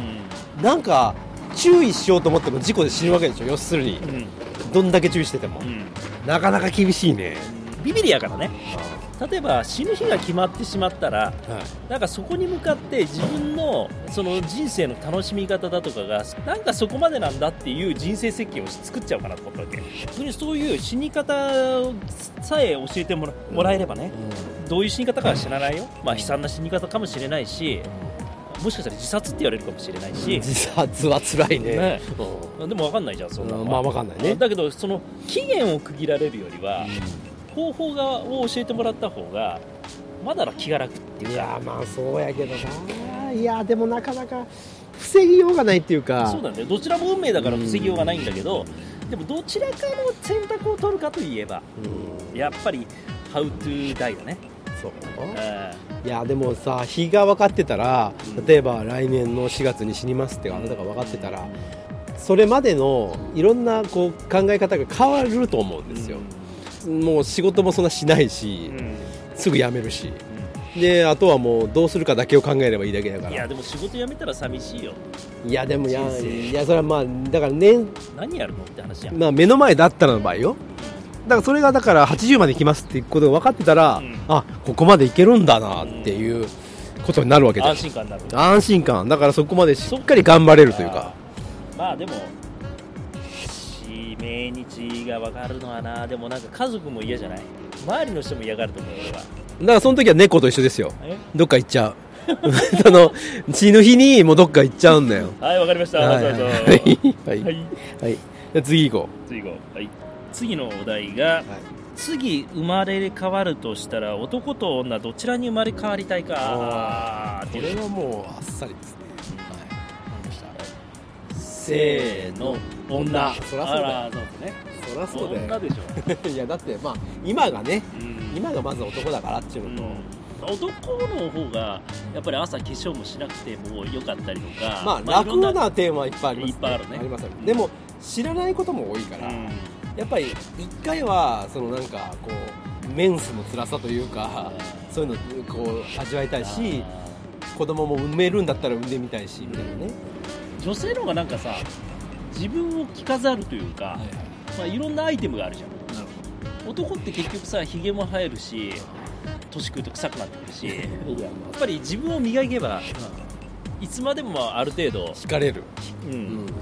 [SPEAKER 3] う、ん
[SPEAKER 2] なんか注意しようと思っても事故で死ぬわけでしょ要するに
[SPEAKER 3] うん
[SPEAKER 2] どんだけ注意してても、
[SPEAKER 3] うん
[SPEAKER 2] なかなか厳しいね
[SPEAKER 3] ビビりやからね例えば死ぬ日が決まってしまったらなんかそこに向かって自分のその人生の楽しみ方だとかがなんかそこまでなんだっていう人生設計を作っちゃおうかなと思ったわけそれにそういう死に方さえ教えてもらもらえればねどういう死に方かは知らないよ、まあ、悲惨な死に方かもしれないしもしかしたら自殺って言われるかもしれないし、
[SPEAKER 2] 自殺は辛いね
[SPEAKER 3] ね
[SPEAKER 2] う
[SPEAKER 3] でも分かんないじゃんそん
[SPEAKER 2] ん
[SPEAKER 3] なの
[SPEAKER 2] まあ分かんないね
[SPEAKER 3] だけどその期限を区切られるよりは、方法がを教えてもらった方がまだ気が楽っていう
[SPEAKER 2] い
[SPEAKER 3] か
[SPEAKER 2] やまあそうやけどないやでもなかなか防ぎようがないっていうか
[SPEAKER 3] そうだねどちらも運命だから防ぎようがないんだけど、でもどちらかの選択を取るかといえば
[SPEAKER 2] うん
[SPEAKER 3] やっぱり「How to die」だね、
[SPEAKER 2] そう
[SPEAKER 3] う
[SPEAKER 2] いやでもさ日が分かってたら
[SPEAKER 3] うん
[SPEAKER 2] 例えば来年の4月に死にますってあなたが分かってたらそれまでのいろんなこう考え方が変わると思うん
[SPEAKER 3] ん
[SPEAKER 2] ですよ、もう仕事もそんなしないし、
[SPEAKER 3] うん
[SPEAKER 2] すぐ辞めるし、であとはもうどうするかだけを考えればいいだけだから
[SPEAKER 3] いやでも仕事辞めたら寂しいよ
[SPEAKER 2] いやでもいや
[SPEAKER 3] 人生
[SPEAKER 2] いやそれはまあだから年、
[SPEAKER 3] 何やるのって話やん、
[SPEAKER 2] まあ、目の前だったらの場合よだからそれがだから80まで来ますっていうことが分かってたら、
[SPEAKER 3] うん
[SPEAKER 2] あここまでいけるんだなっていうことになるわけだ
[SPEAKER 3] 安心感になる
[SPEAKER 2] 安心感だからそこまでしっかり頑張れるというか
[SPEAKER 3] まあでも使命日が分かるのはなでもなんか家族も嫌じゃない周りの人も嫌がると思う俺は
[SPEAKER 2] だからその時は猫と一緒ですよ
[SPEAKER 3] え
[SPEAKER 2] どっか行っちゃう その死ぬ日にもうどっか行っちゃうんだよ
[SPEAKER 3] はい分かりました、
[SPEAKER 2] はい
[SPEAKER 3] そうそう
[SPEAKER 2] はいはい、
[SPEAKER 3] は
[SPEAKER 2] はい
[SPEAKER 3] い
[SPEAKER 2] で次行こ
[SPEAKER 3] 次行こうはい次のお題が、次生まれ変わるとしたら男と女どちらに生まれ変わりたいか
[SPEAKER 2] うこれはもうあっさりですね
[SPEAKER 3] せーの女
[SPEAKER 2] そらそうだよ
[SPEAKER 3] あらそうね
[SPEAKER 2] そりゃそうだ
[SPEAKER 3] 女
[SPEAKER 2] よ
[SPEAKER 3] でしょ、
[SPEAKER 2] いやだってまあ今がね
[SPEAKER 3] うん
[SPEAKER 2] 今がまず男だからっていうのと、
[SPEAKER 3] 男の方がやっぱり朝化粧もしなくても良かったりとか
[SPEAKER 2] まあ、
[SPEAKER 3] いろ
[SPEAKER 2] 楽
[SPEAKER 3] んな
[SPEAKER 2] なテーマはいっぱいあります、
[SPEAKER 3] いっぱいあるね
[SPEAKER 2] ありますある
[SPEAKER 3] うん
[SPEAKER 2] でも知らないことも多いから、
[SPEAKER 3] うん
[SPEAKER 2] やっぱり一回はそのなんかこうメンスの辛さというか、そういうのをこう味わいたいし子供も産めるんだったら産んでみたいしみたいなね、
[SPEAKER 3] 女性の方がなんかさ自分を着飾るというか、いまあ、いろんなアイテムがあるじゃん男って結局さひげも生えるし年食うと臭くなってくるし やっぱり自分を磨けば、いつまでもある程度、
[SPEAKER 2] 惹かれる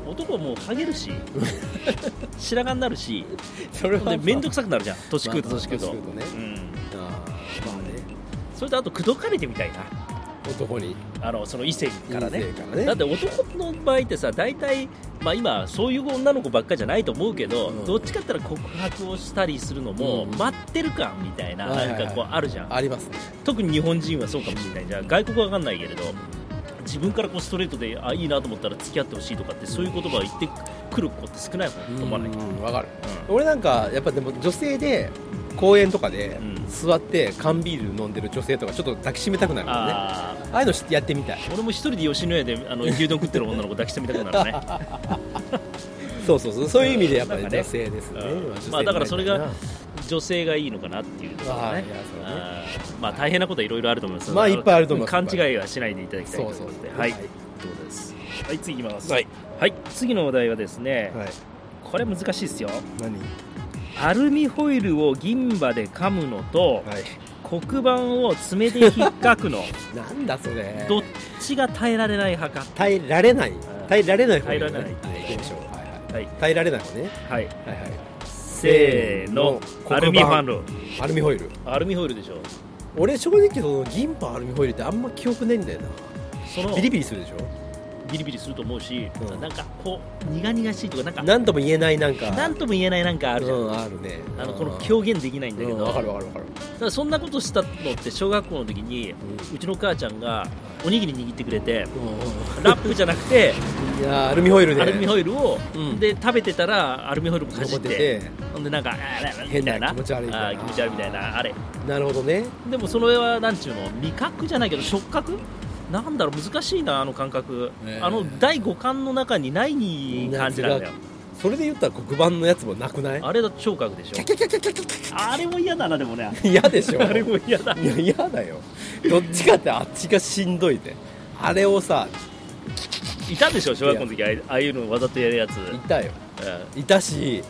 [SPEAKER 3] 男はもうハゲる し白髪になるし
[SPEAKER 2] それ
[SPEAKER 3] で面倒くさくなるじゃん年食うと
[SPEAKER 2] まあ
[SPEAKER 3] 年食うと、
[SPEAKER 2] 年食うとね
[SPEAKER 3] う
[SPEAKER 2] あ
[SPEAKER 3] ん、
[SPEAKER 2] ーまあね
[SPEAKER 3] それとあと口説かれてみたいな
[SPEAKER 2] 男に
[SPEAKER 3] あのその異性からね
[SPEAKER 2] 異性からね
[SPEAKER 3] だって男の場合ってさ大体、まあ、今そういう女の子ばっかりじゃないと思うけど、
[SPEAKER 2] うん
[SPEAKER 3] どっちかって言ったら告白をしたりするのも
[SPEAKER 2] うん
[SPEAKER 3] 待ってる感みたいな、
[SPEAKER 2] はいはいはい
[SPEAKER 3] なんかこうあるじゃん、
[SPEAKER 2] ありますね
[SPEAKER 3] 特に日本人はそうかもしれないじゃあ外国は分かんないけれど自分からこうストレートであいいなと思ったら付き合ってほしいとかってそういう言葉を言ってくる子って少ないもんと思わない
[SPEAKER 2] うんわかる俺なんかやっぱでも女性で公園とかで
[SPEAKER 3] うん
[SPEAKER 2] 座って缶ビール飲んでる女性とかちょっと抱きしめたくなるからねあ
[SPEAKER 3] あ
[SPEAKER 2] あいうのしやってみたい
[SPEAKER 3] ー俺も一人で吉野家であの牛丼食ってる女の子抱きしてみたくなるね
[SPEAKER 2] そうそうそうそういう意味でやっぱり
[SPEAKER 3] なんかね
[SPEAKER 2] 女性ですね
[SPEAKER 3] うん
[SPEAKER 2] 女性
[SPEAKER 3] まあだからそれが
[SPEAKER 2] になり
[SPEAKER 3] 女性がいいのかなっていうところ
[SPEAKER 2] あー
[SPEAKER 3] ね
[SPEAKER 2] いやそうね
[SPEAKER 3] あーまあ大変なことはいろいろあると思います
[SPEAKER 2] まあいっぱいあると思います
[SPEAKER 3] 勘違いはしないでいただきたいと思いますので
[SPEAKER 2] そうそう
[SPEAKER 3] はい
[SPEAKER 2] はい
[SPEAKER 3] どうですはい次いきます
[SPEAKER 2] はい、
[SPEAKER 3] はい次のお題はですね、
[SPEAKER 2] たいなはい
[SPEAKER 3] これ難しいですよ
[SPEAKER 2] 何
[SPEAKER 3] アルミホイルを銀歯で噛むのと
[SPEAKER 2] はい
[SPEAKER 3] 黒板を爪で引っ かくの
[SPEAKER 2] なんだそれ
[SPEAKER 3] どっちが耐えられない派か
[SPEAKER 2] 耐えられない耐えられない方
[SPEAKER 3] 耐えられない
[SPEAKER 2] はい行きましょうはいはい
[SPEAKER 3] はい
[SPEAKER 2] 耐えられない方ね
[SPEAKER 3] はい
[SPEAKER 2] はいはい
[SPEAKER 3] せーの
[SPEAKER 2] 黒板
[SPEAKER 3] アルミファンロ
[SPEAKER 2] アルミホイル
[SPEAKER 3] アルミホイルでしょ
[SPEAKER 2] 俺正直その銀歯アルミホイルってあんま記憶ないんだよ
[SPEAKER 3] その
[SPEAKER 2] なビリビリするでし
[SPEAKER 3] ビリビリすると思うし、
[SPEAKER 2] うん
[SPEAKER 3] なんかこう苦々しいとかなん
[SPEAKER 2] ょ
[SPEAKER 3] か
[SPEAKER 2] 何とも言えないなんか
[SPEAKER 3] なんとも言えないなんかあるじゃん、
[SPEAKER 2] うんあるね
[SPEAKER 3] あのこの
[SPEAKER 2] うん
[SPEAKER 3] 表現できないんだけ
[SPEAKER 2] うん
[SPEAKER 3] ど、
[SPEAKER 2] わか
[SPEAKER 3] た
[SPEAKER 2] るわかるわかる
[SPEAKER 3] だそんなことしたのって小学校の時にうちの母ちゃんがおにぎり握ってくれてラップじゃなくて
[SPEAKER 2] いやーアルミホイルで
[SPEAKER 3] アルミホイルを、
[SPEAKER 2] うん
[SPEAKER 3] で食べてたらアルミホイルもかじ
[SPEAKER 2] 残
[SPEAKER 3] っ
[SPEAKER 2] っててて
[SPEAKER 3] ほんでなんかあーあー
[SPEAKER 2] 変な
[SPEAKER 3] みたい
[SPEAKER 2] 気持ち悪いみたいな
[SPEAKER 3] あー気持ち悪いみたいなあれ
[SPEAKER 2] なるほどね
[SPEAKER 3] でもそれはなんちゅうの味覚じゃないけど触覚なんだろう難しいなあの感覚、
[SPEAKER 2] ねえ
[SPEAKER 3] あの第五感の中にない感じなんだよ
[SPEAKER 2] それで言ったら黒板のやつもなくない
[SPEAKER 3] あれだと聴覚でしょ
[SPEAKER 2] キャキャキャキャキャキャキ
[SPEAKER 3] あれも嫌だなでもね
[SPEAKER 2] ャ嫌でしょ
[SPEAKER 3] あれも嫌だ
[SPEAKER 2] いや嫌だよどっちかってあっちがしんどいねあれをさ
[SPEAKER 3] いたでしょ小学校の時ああいうああいうのわざとやるやつ、
[SPEAKER 2] いたよ
[SPEAKER 3] うん
[SPEAKER 2] いたし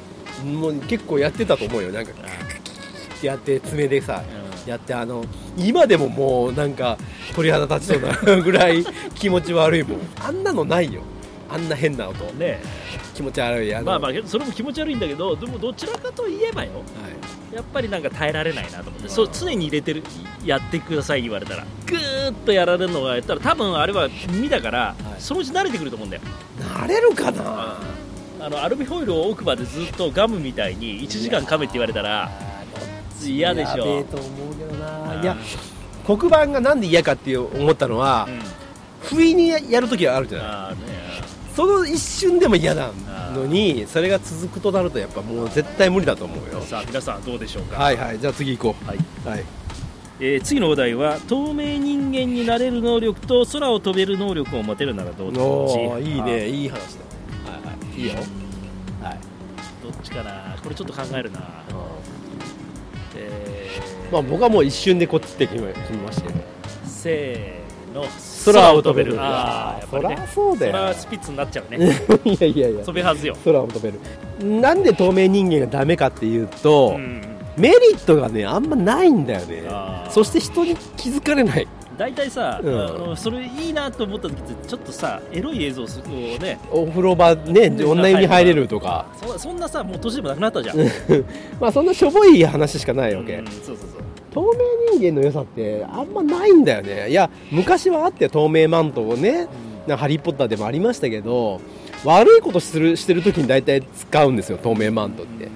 [SPEAKER 2] もう結構やってたと思うよなんかってやって爪でさやってあの今でももうなんか鳥肌立ちそうなぐらい気持ち悪いもんあんなのないよあんな変な音
[SPEAKER 3] ね
[SPEAKER 2] 気持ち悪いあの
[SPEAKER 3] まあまあけどそれも気持ち悪いんだけどでもどちらかといえばよ
[SPEAKER 2] はい
[SPEAKER 3] やっぱりなんか耐えられないなと思ってそう常に入れてるやってください言われたらグーッとやられるのがやったら多分あれは耳だから、
[SPEAKER 2] はい
[SPEAKER 3] そのうち慣れてくると思うんだよ
[SPEAKER 2] 慣れるかな
[SPEAKER 3] あのアルミホイルを奥歯でずっとガムみたいに1時間噛めって言われたら嫌でし
[SPEAKER 2] やべえ
[SPEAKER 3] ょ
[SPEAKER 2] と思うけど
[SPEAKER 3] う
[SPEAKER 2] なんいや黒板がなんで嫌かって思ったのは、
[SPEAKER 3] うん
[SPEAKER 2] 不意にやるときはあるじゃない
[SPEAKER 3] あーね
[SPEAKER 2] その一瞬でも嫌なのにそれが続くとなるとやっぱもう絶対無理だと思うよ
[SPEAKER 3] さあ皆さんどうでしょうか、
[SPEAKER 2] はいはいじゃあ次行こ
[SPEAKER 3] はいう
[SPEAKER 2] はい
[SPEAKER 3] えー次のお題は透明人間になれる能力と空を飛べる能力を持てるならどっち
[SPEAKER 2] おーいい
[SPEAKER 3] あ
[SPEAKER 2] ねいい話だねはいはいいいよ
[SPEAKER 3] どっちかなこれちょっと考えるな、えー
[SPEAKER 2] まあ、僕はもう一瞬でこっちって決め決めま したよ
[SPEAKER 3] せーの
[SPEAKER 2] 空を飛べる
[SPEAKER 3] ああやっぱ
[SPEAKER 2] そ
[SPEAKER 3] り
[SPEAKER 2] り
[SPEAKER 3] ね
[SPEAKER 2] ゃそうだ
[SPEAKER 3] そ
[SPEAKER 2] よ
[SPEAKER 3] れはスピッツになっちゃうね
[SPEAKER 2] いやいやいや
[SPEAKER 3] 飛べはずよ、
[SPEAKER 2] 空を飛べるなんで透明人間がダメかっていう
[SPEAKER 3] う
[SPEAKER 2] と、
[SPEAKER 3] ん、
[SPEAKER 2] メリットがねあんまないんだよね
[SPEAKER 3] あー
[SPEAKER 2] そして人に気づかれない
[SPEAKER 3] 大体さ、
[SPEAKER 2] うん
[SPEAKER 3] あのそれいいなと思った時ってちょっとさエロい映像をね
[SPEAKER 2] お風呂場ね女湯に入れるとか、
[SPEAKER 3] そそんなさもう年でもなくなったじゃん、
[SPEAKER 2] まあそんなしょぼい話しかないわけ、
[SPEAKER 3] うんそうそうそう
[SPEAKER 2] 透明人間の良さってあんまないんだよねいや昔はあって透明マントをね「なハリー・ポッター」でもありましたけど悪いことするしてる時に大体使うんですよ透明マントって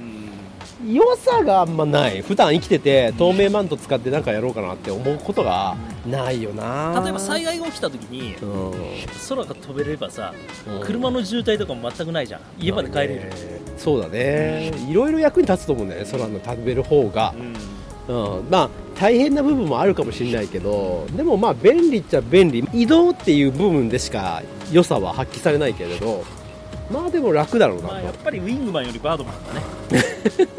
[SPEAKER 2] 良さがあんまない普段生きてて透明マント使ってなんかやろうかなって思うことがないよな
[SPEAKER 3] 例えば災害が起きた時に
[SPEAKER 2] うん
[SPEAKER 3] 空が飛べればさ
[SPEAKER 2] うん
[SPEAKER 3] 車の渋滞とかも全くないじゃん家まで帰れる、
[SPEAKER 2] そうだねいろいろ役に立つと思うんだよね空の食べる方が、
[SPEAKER 3] うん
[SPEAKER 2] うん、まあ大変な部分もあるかもしれないけどでもまあ便利っちゃ便利移動っていう部分でしか良さは発揮されないけれどまあでも楽だろうな
[SPEAKER 3] まあ、やっ
[SPEAKER 2] と
[SPEAKER 3] ぱりウィングマンよりバードマンだね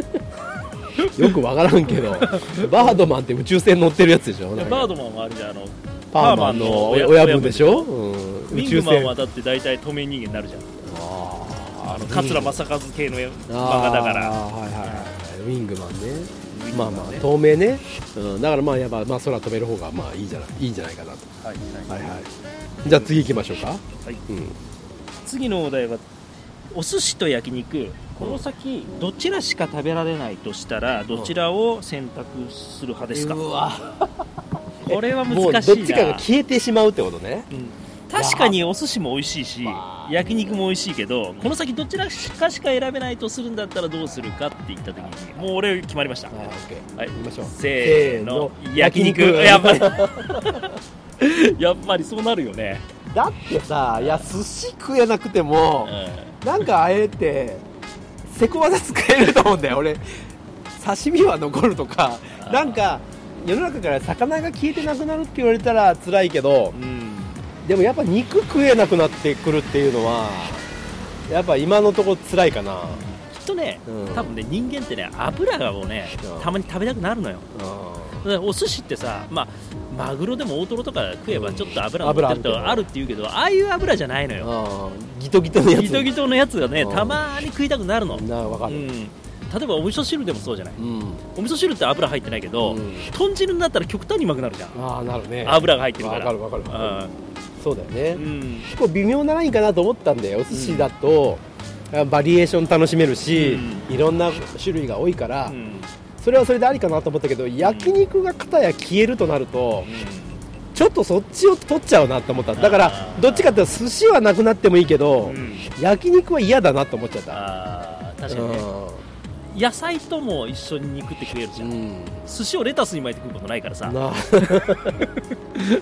[SPEAKER 2] よくわからんけ どバードマンって宇宙船乗ってるやつでしょなんか
[SPEAKER 3] バードマンはあれじゃんあの
[SPEAKER 2] パーマンの
[SPEAKER 3] パーマンの親
[SPEAKER 2] 親分でしょ、うん
[SPEAKER 3] ウ
[SPEAKER 2] 宇
[SPEAKER 3] ィング
[SPEAKER 2] 宙
[SPEAKER 3] マン
[SPEAKER 2] 船
[SPEAKER 3] はだって大体透明人間になるじゃん
[SPEAKER 2] あ
[SPEAKER 3] あの
[SPEAKER 2] ー
[SPEAKER 3] 桂正和系の漫画
[SPEAKER 2] あー
[SPEAKER 3] だから
[SPEAKER 2] はいはいはいウィングマンね
[SPEAKER 3] ウィング
[SPEAKER 2] まあ
[SPEAKER 3] マンね
[SPEAKER 2] まあ透明ね、うん、だからまあやっぱ、まあ、空飛べる方がまあいいじゃないいいんじゃないかなと
[SPEAKER 3] はいはい
[SPEAKER 2] はいはいじゃあ次行きましょうか
[SPEAKER 3] はい
[SPEAKER 2] うん
[SPEAKER 3] 次のお題はお寿司と焼肉この先どちらしか食べられないとしたらどちらを選択する派ですかこれは難しいな
[SPEAKER 2] もうどっちかが消えてしまうってことね
[SPEAKER 3] 確かにお寿司も美味しいし焼肉も美味しいけどこの先どちらしかしか選べないとするんだったらどうするかって言った時にもう俺決まりました
[SPEAKER 2] はいオッケー
[SPEAKER 3] はい
[SPEAKER 2] 行きましょう
[SPEAKER 3] せーの
[SPEAKER 2] せーの
[SPEAKER 3] 焼肉
[SPEAKER 2] 焼肉
[SPEAKER 3] やっぱり やっぱりそうなるよね、
[SPEAKER 2] だってさいや寿司食えなくても
[SPEAKER 3] う
[SPEAKER 2] なんかあえてセコ技使えると思うんだよ俺刺身は残るとか
[SPEAKER 3] あー
[SPEAKER 2] なんか世の中から魚が消えてなくなるって言われたら辛いけど
[SPEAKER 3] んうん、
[SPEAKER 2] でもやっぱ肉食えなくなってくるっていうのはやっぱ今のところ辛いかな、
[SPEAKER 3] きっとね
[SPEAKER 2] うん
[SPEAKER 3] 多分ね人間ってね油がもうね
[SPEAKER 2] うん
[SPEAKER 3] たまに食べたくなるのよ
[SPEAKER 2] う
[SPEAKER 3] だからお寿司ってさ、まあ、マグロでも大トロとか食えばちょっと油
[SPEAKER 2] うん
[SPEAKER 3] 乗
[SPEAKER 2] 油ある
[SPEAKER 3] ってる
[SPEAKER 2] け
[SPEAKER 3] と
[SPEAKER 2] ど
[SPEAKER 3] あるって言うけどああいう油じゃないのよ
[SPEAKER 2] ん、ギトギトのやつ
[SPEAKER 3] ギトギトのやつがね
[SPEAKER 2] うん
[SPEAKER 3] たまに食いたくなるの、うん、例
[SPEAKER 2] なわかる
[SPEAKER 3] えばお味噌汁でもそうじゃない
[SPEAKER 2] うん、
[SPEAKER 3] お味噌汁って油入ってないけど、
[SPEAKER 2] うん
[SPEAKER 3] 豚汁になったら極端にうまくなるじゃん
[SPEAKER 2] ああなるね
[SPEAKER 3] 油が入ってるか
[SPEAKER 2] わ
[SPEAKER 3] ら
[SPEAKER 2] かるわかるわかるそうだよね、
[SPEAKER 3] うん、うん
[SPEAKER 2] 結構微妙なラインかなと思ったんでお寿司だと、バリエーション楽しめるし、いろんな種類が多いから、
[SPEAKER 3] うんうん
[SPEAKER 2] それはそれでありかなと思ったけど焼肉が片や消えるとなるとちょっとそっちを取っちゃうなと思っただから
[SPEAKER 3] あー
[SPEAKER 2] どっちかっていうと寿司はなくなってもいいけど、
[SPEAKER 3] うん
[SPEAKER 2] 焼肉は嫌だなと思っちゃった
[SPEAKER 3] あー確か
[SPEAKER 2] う
[SPEAKER 3] に
[SPEAKER 2] ん
[SPEAKER 3] ね、野菜とも一緒に肉って食えるじゃん、
[SPEAKER 2] うん
[SPEAKER 3] 寿司をレタスに巻いて食うことないからさ
[SPEAKER 2] な
[SPEAKER 3] か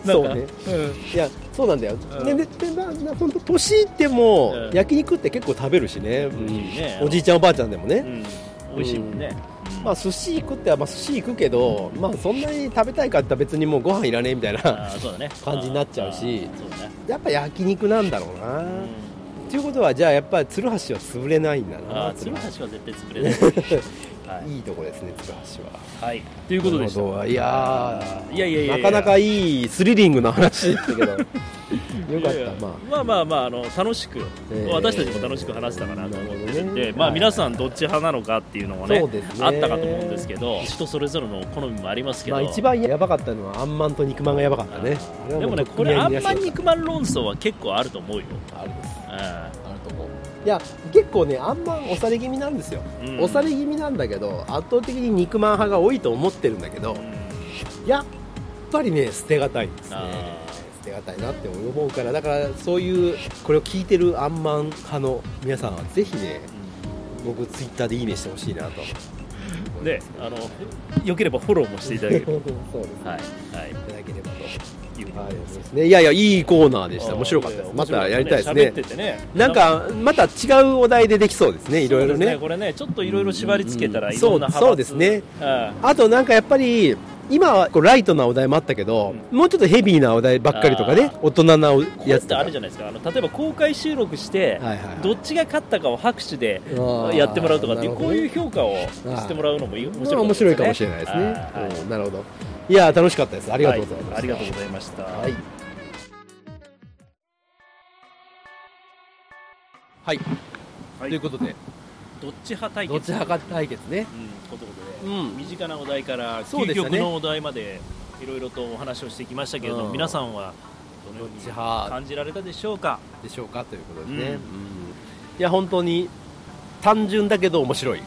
[SPEAKER 2] そうね いやそうなんだよ、
[SPEAKER 3] うん
[SPEAKER 2] でででなな本当年いっても、
[SPEAKER 3] うん
[SPEAKER 2] 焼肉って結構食べるしね,、うん
[SPEAKER 3] いいね
[SPEAKER 2] おじいちゃんおばあちゃんでもね、
[SPEAKER 3] うん、美味しいもんね、うん
[SPEAKER 2] まあ寿司行くってはまあ寿司行くけど、まあそんなに食べたいかって言ったら別にもうご飯いらねえみたいな
[SPEAKER 3] あーそうだね
[SPEAKER 2] 感じになっちゃうし
[SPEAKER 3] あーそうだね
[SPEAKER 2] やっぱ焼肉なんだろうな、っていうことはじゃあやっぱり鶴橋は潰れないんだ
[SPEAKER 3] あ
[SPEAKER 2] な
[SPEAKER 3] あ鶴橋は
[SPEAKER 2] 鶴
[SPEAKER 3] 絶対潰 れない、は
[SPEAKER 2] 橋いいとこですね鶴橋は。
[SPEAKER 3] いはい、ということでした
[SPEAKER 2] なるほどいやー
[SPEAKER 3] いやいやいやいや
[SPEAKER 2] なかなかいいスリリングな話だったけ どよかった
[SPEAKER 3] いやいや
[SPEAKER 2] まあ
[SPEAKER 3] まあまあまああの楽しく、
[SPEAKER 2] ええ
[SPEAKER 3] 私たちも楽しく話せたかなと思ってて、
[SPEAKER 2] なるほどね
[SPEAKER 3] まあ
[SPEAKER 2] はい
[SPEAKER 3] 皆さんどっち派なのかっていうのもね,、
[SPEAKER 2] そうですね
[SPEAKER 3] あったかと思うんですけど人それぞれの好みもありますけど、
[SPEAKER 2] まあ一番やばかったのはあんまんと肉まんがやばかったね
[SPEAKER 3] あーでもねこれあんまり肉まん論争は結構あると思うよ、
[SPEAKER 2] あるです
[SPEAKER 3] う
[SPEAKER 2] あると思ういや結構ねあんまん押され気味なんですよ
[SPEAKER 3] んうん、
[SPEAKER 2] 押され気味なんだけど圧倒的に肉まん派が多いと思ってるんだけど
[SPEAKER 3] うん
[SPEAKER 2] やっぱりね捨てがたいですね
[SPEAKER 3] あ
[SPEAKER 2] 捨てがたいなって思うからだからそういうこれを聞いてるあんまん派の皆さんはぜひね僕ツイッターでいいねしてほしいなと
[SPEAKER 3] ーであのよければフォローもしていただ ければ
[SPEAKER 2] そうですね
[SPEAKER 3] はいはい
[SPEAKER 2] いただければ
[SPEAKER 3] いうふうに
[SPEAKER 2] と、
[SPEAKER 3] 思
[SPEAKER 2] はいい、
[SPEAKER 3] ます
[SPEAKER 2] ですねいやいやいいコーナーでした面白かったです
[SPEAKER 3] あー
[SPEAKER 2] ま
[SPEAKER 3] や
[SPEAKER 2] た
[SPEAKER 3] や
[SPEAKER 2] やりたいです
[SPEAKER 3] 面白か
[SPEAKER 2] ね
[SPEAKER 3] った喋っててね
[SPEAKER 2] なんかまた違うお題でできそうですねいろいろ
[SPEAKER 3] そうです
[SPEAKER 2] ね
[SPEAKER 3] これねちょっといろいろ縛り付けたら
[SPEAKER 2] うん
[SPEAKER 3] いろんな
[SPEAKER 2] そうそうですね
[SPEAKER 3] 派閥
[SPEAKER 2] あとなんかやっぱり今はこうライトなお題もあったけど、もうちょっとヘビーなお題ばっかりとかね
[SPEAKER 3] あ
[SPEAKER 2] 大人なお
[SPEAKER 3] これ
[SPEAKER 2] や
[SPEAKER 3] っ
[SPEAKER 2] つ
[SPEAKER 3] て
[SPEAKER 2] と
[SPEAKER 3] あ
[SPEAKER 2] か
[SPEAKER 3] るじゃないですかあの例えば公開収録して、
[SPEAKER 2] はいはいはい
[SPEAKER 3] どっちが勝ったかを拍手で
[SPEAKER 2] あー
[SPEAKER 3] やってもらうとかっていう
[SPEAKER 2] なるほ
[SPEAKER 3] こ
[SPEAKER 2] ど
[SPEAKER 3] う
[SPEAKER 2] ね
[SPEAKER 3] いう評価をしてもらうのもいい面
[SPEAKER 2] まあ
[SPEAKER 3] 白い,、
[SPEAKER 2] 面白いかもしれないですね、
[SPEAKER 3] はいはい
[SPEAKER 2] うんなるほどいやー楽しかったですあ
[SPEAKER 3] あ
[SPEAKER 2] りがとうございます、
[SPEAKER 3] ありがとうございました、
[SPEAKER 2] はいはい、
[SPEAKER 3] はい
[SPEAKER 2] ということで
[SPEAKER 3] どっち派対決
[SPEAKER 2] どちらか対決ね
[SPEAKER 3] うんこということ
[SPEAKER 2] う
[SPEAKER 3] で、
[SPEAKER 2] ん
[SPEAKER 3] 身近なお題から
[SPEAKER 2] そう
[SPEAKER 3] 究
[SPEAKER 2] でした
[SPEAKER 3] 極
[SPEAKER 2] ね
[SPEAKER 3] のお題までいろいろとお話をしてきましたけれども、
[SPEAKER 2] うん
[SPEAKER 3] 皆さんはどのよう
[SPEAKER 2] どっ
[SPEAKER 3] に
[SPEAKER 2] ち派
[SPEAKER 3] 感じられたでしょうか
[SPEAKER 2] でしょうかということですね、
[SPEAKER 3] うん
[SPEAKER 2] うんいや本当に単純だけど面白い、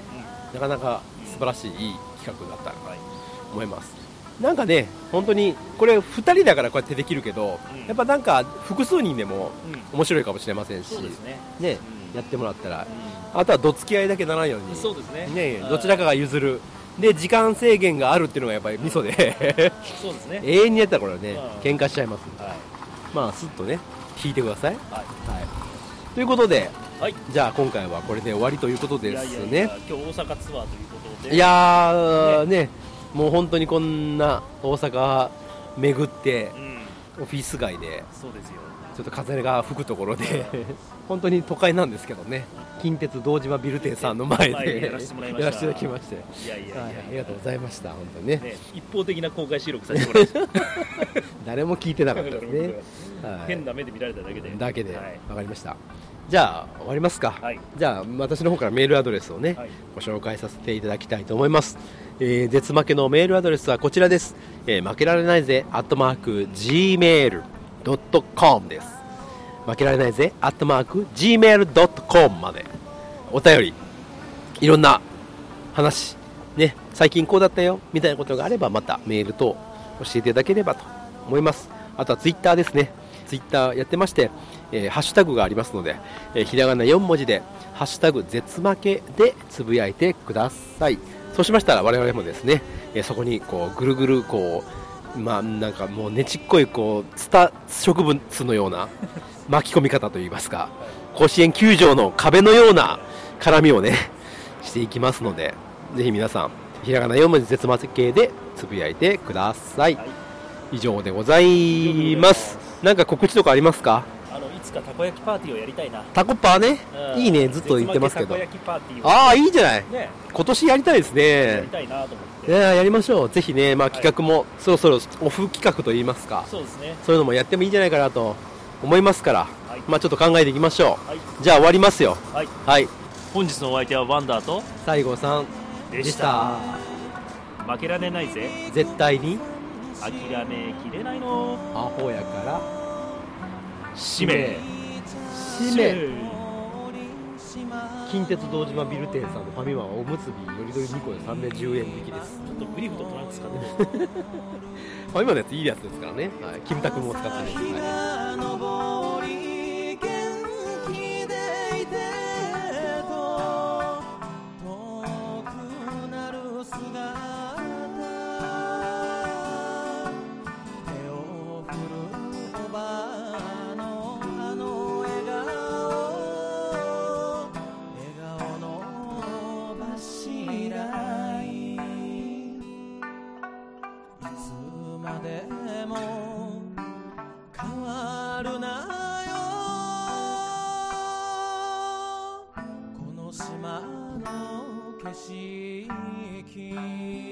[SPEAKER 2] なかなか素晴らしいいい企画だったと思います、なんかね本当にこれ2人だからこうやってできるけど、
[SPEAKER 3] うん
[SPEAKER 2] やっぱなんか複数人でも
[SPEAKER 3] うん
[SPEAKER 2] 面白いかもしれませんし
[SPEAKER 3] そうですね、
[SPEAKER 2] ね
[SPEAKER 3] うん
[SPEAKER 2] やってもらったらあとはどつき合いだけならんように
[SPEAKER 3] そうですね
[SPEAKER 2] ね
[SPEAKER 3] はい
[SPEAKER 2] どちらかが譲るで時間制限があるっていうのがやっぱりミソで
[SPEAKER 3] そうですね
[SPEAKER 2] 永遠にやったらこれはね
[SPEAKER 3] うん
[SPEAKER 2] 喧嘩しちゃいますんで
[SPEAKER 3] は
[SPEAKER 2] まあスッとね引いてください
[SPEAKER 3] いはい
[SPEAKER 2] ということで、
[SPEAKER 3] はい
[SPEAKER 2] じゃあ今回はこれで終わりということで
[SPEAKER 3] いやい
[SPEAKER 2] す
[SPEAKER 3] やいや
[SPEAKER 2] ね。
[SPEAKER 3] 今日大阪ツアーということで
[SPEAKER 2] いやーねもう本当にこんな大阪巡って
[SPEAKER 3] うん
[SPEAKER 2] オフィス街で
[SPEAKER 3] そうですよ
[SPEAKER 2] ちょっと風が吹くところで本当に都会なんですけどね近鉄堂島ビル店さんの前
[SPEAKER 3] 前で
[SPEAKER 2] で
[SPEAKER 3] やらせてもらいました
[SPEAKER 2] やらせていただきまして
[SPEAKER 3] いやいやいや、
[SPEAKER 2] はいありがとうございました本当にね
[SPEAKER 3] ね、一方的な公開収録させてもらいました
[SPEAKER 2] 誰も聞いてなかったです ねはい
[SPEAKER 3] 変な目で見られただけで
[SPEAKER 2] だけで
[SPEAKER 3] はい
[SPEAKER 2] わかりましたじゃあ終わりますか
[SPEAKER 3] はい
[SPEAKER 2] じゃあ私の方からメールアドレスをね
[SPEAKER 3] はい
[SPEAKER 2] ご紹介させていただきたいと思います、えー、絶負けのメールアドレスはこちらです、えー負けられないぜアットマーク gmail.com です負けられないぜアットマーク gmail.com までお便りいろんな話ね最近こうだったよみたいなことがあればまたメールと教えていただければと思いますあとはツイッターですねツイッターやってまして、えーハッシュタグがありますので、えーひらがな4文字で「ハッシュタグ絶負け」でつぶやいてくださいそうしましたら我々もですね、えーそこにこうぐるぐるこうまあなんかもうねちっこいこうツタ植物のような 巻き込み方といいますか甲子園球場の壁のような絡みをね していきますのでぜひ皆さんひらがな4文字絶負けでつぶやいてください、
[SPEAKER 3] はい
[SPEAKER 2] 以上でございますなんか告知とかありますか
[SPEAKER 3] あのいつかたこ焼きパーティーをやりたいな、
[SPEAKER 2] タコパーね
[SPEAKER 3] うん
[SPEAKER 2] いいねずっと言ってますけど
[SPEAKER 3] 絶負けたこ焼きパーティーを
[SPEAKER 2] ああいいじゃない
[SPEAKER 3] ね
[SPEAKER 2] 今年やりたいです
[SPEAKER 3] や
[SPEAKER 2] ね
[SPEAKER 3] りたいなと思って、
[SPEAKER 2] いややりましょうぜひね、まあ、
[SPEAKER 3] はい
[SPEAKER 2] 企画もそろそろオフ企画といいますか
[SPEAKER 3] そうですね
[SPEAKER 2] そういうのもやってもいいんじゃないかなと思いますから、
[SPEAKER 3] はい
[SPEAKER 2] まあちょっと考えていきましょう、
[SPEAKER 3] はい
[SPEAKER 2] じゃあ終わりますよ
[SPEAKER 3] はい
[SPEAKER 2] はい
[SPEAKER 3] 本日のお相手はワンダーと
[SPEAKER 2] 西郷さん
[SPEAKER 3] で
[SPEAKER 2] でした
[SPEAKER 3] 負けられないぜ
[SPEAKER 2] 絶対に
[SPEAKER 3] 諦めきれないの
[SPEAKER 2] アホやから
[SPEAKER 3] 使命
[SPEAKER 2] 使命近鉄堂島ビル店さんのファミマはおむすびよりどり2個で310円引きです
[SPEAKER 3] ちょっとグリフとトランク使ってみて
[SPEAKER 2] ファミマのやついいやつですからね、はい、キムタクも使ってます、はい
[SPEAKER 7] この島の景色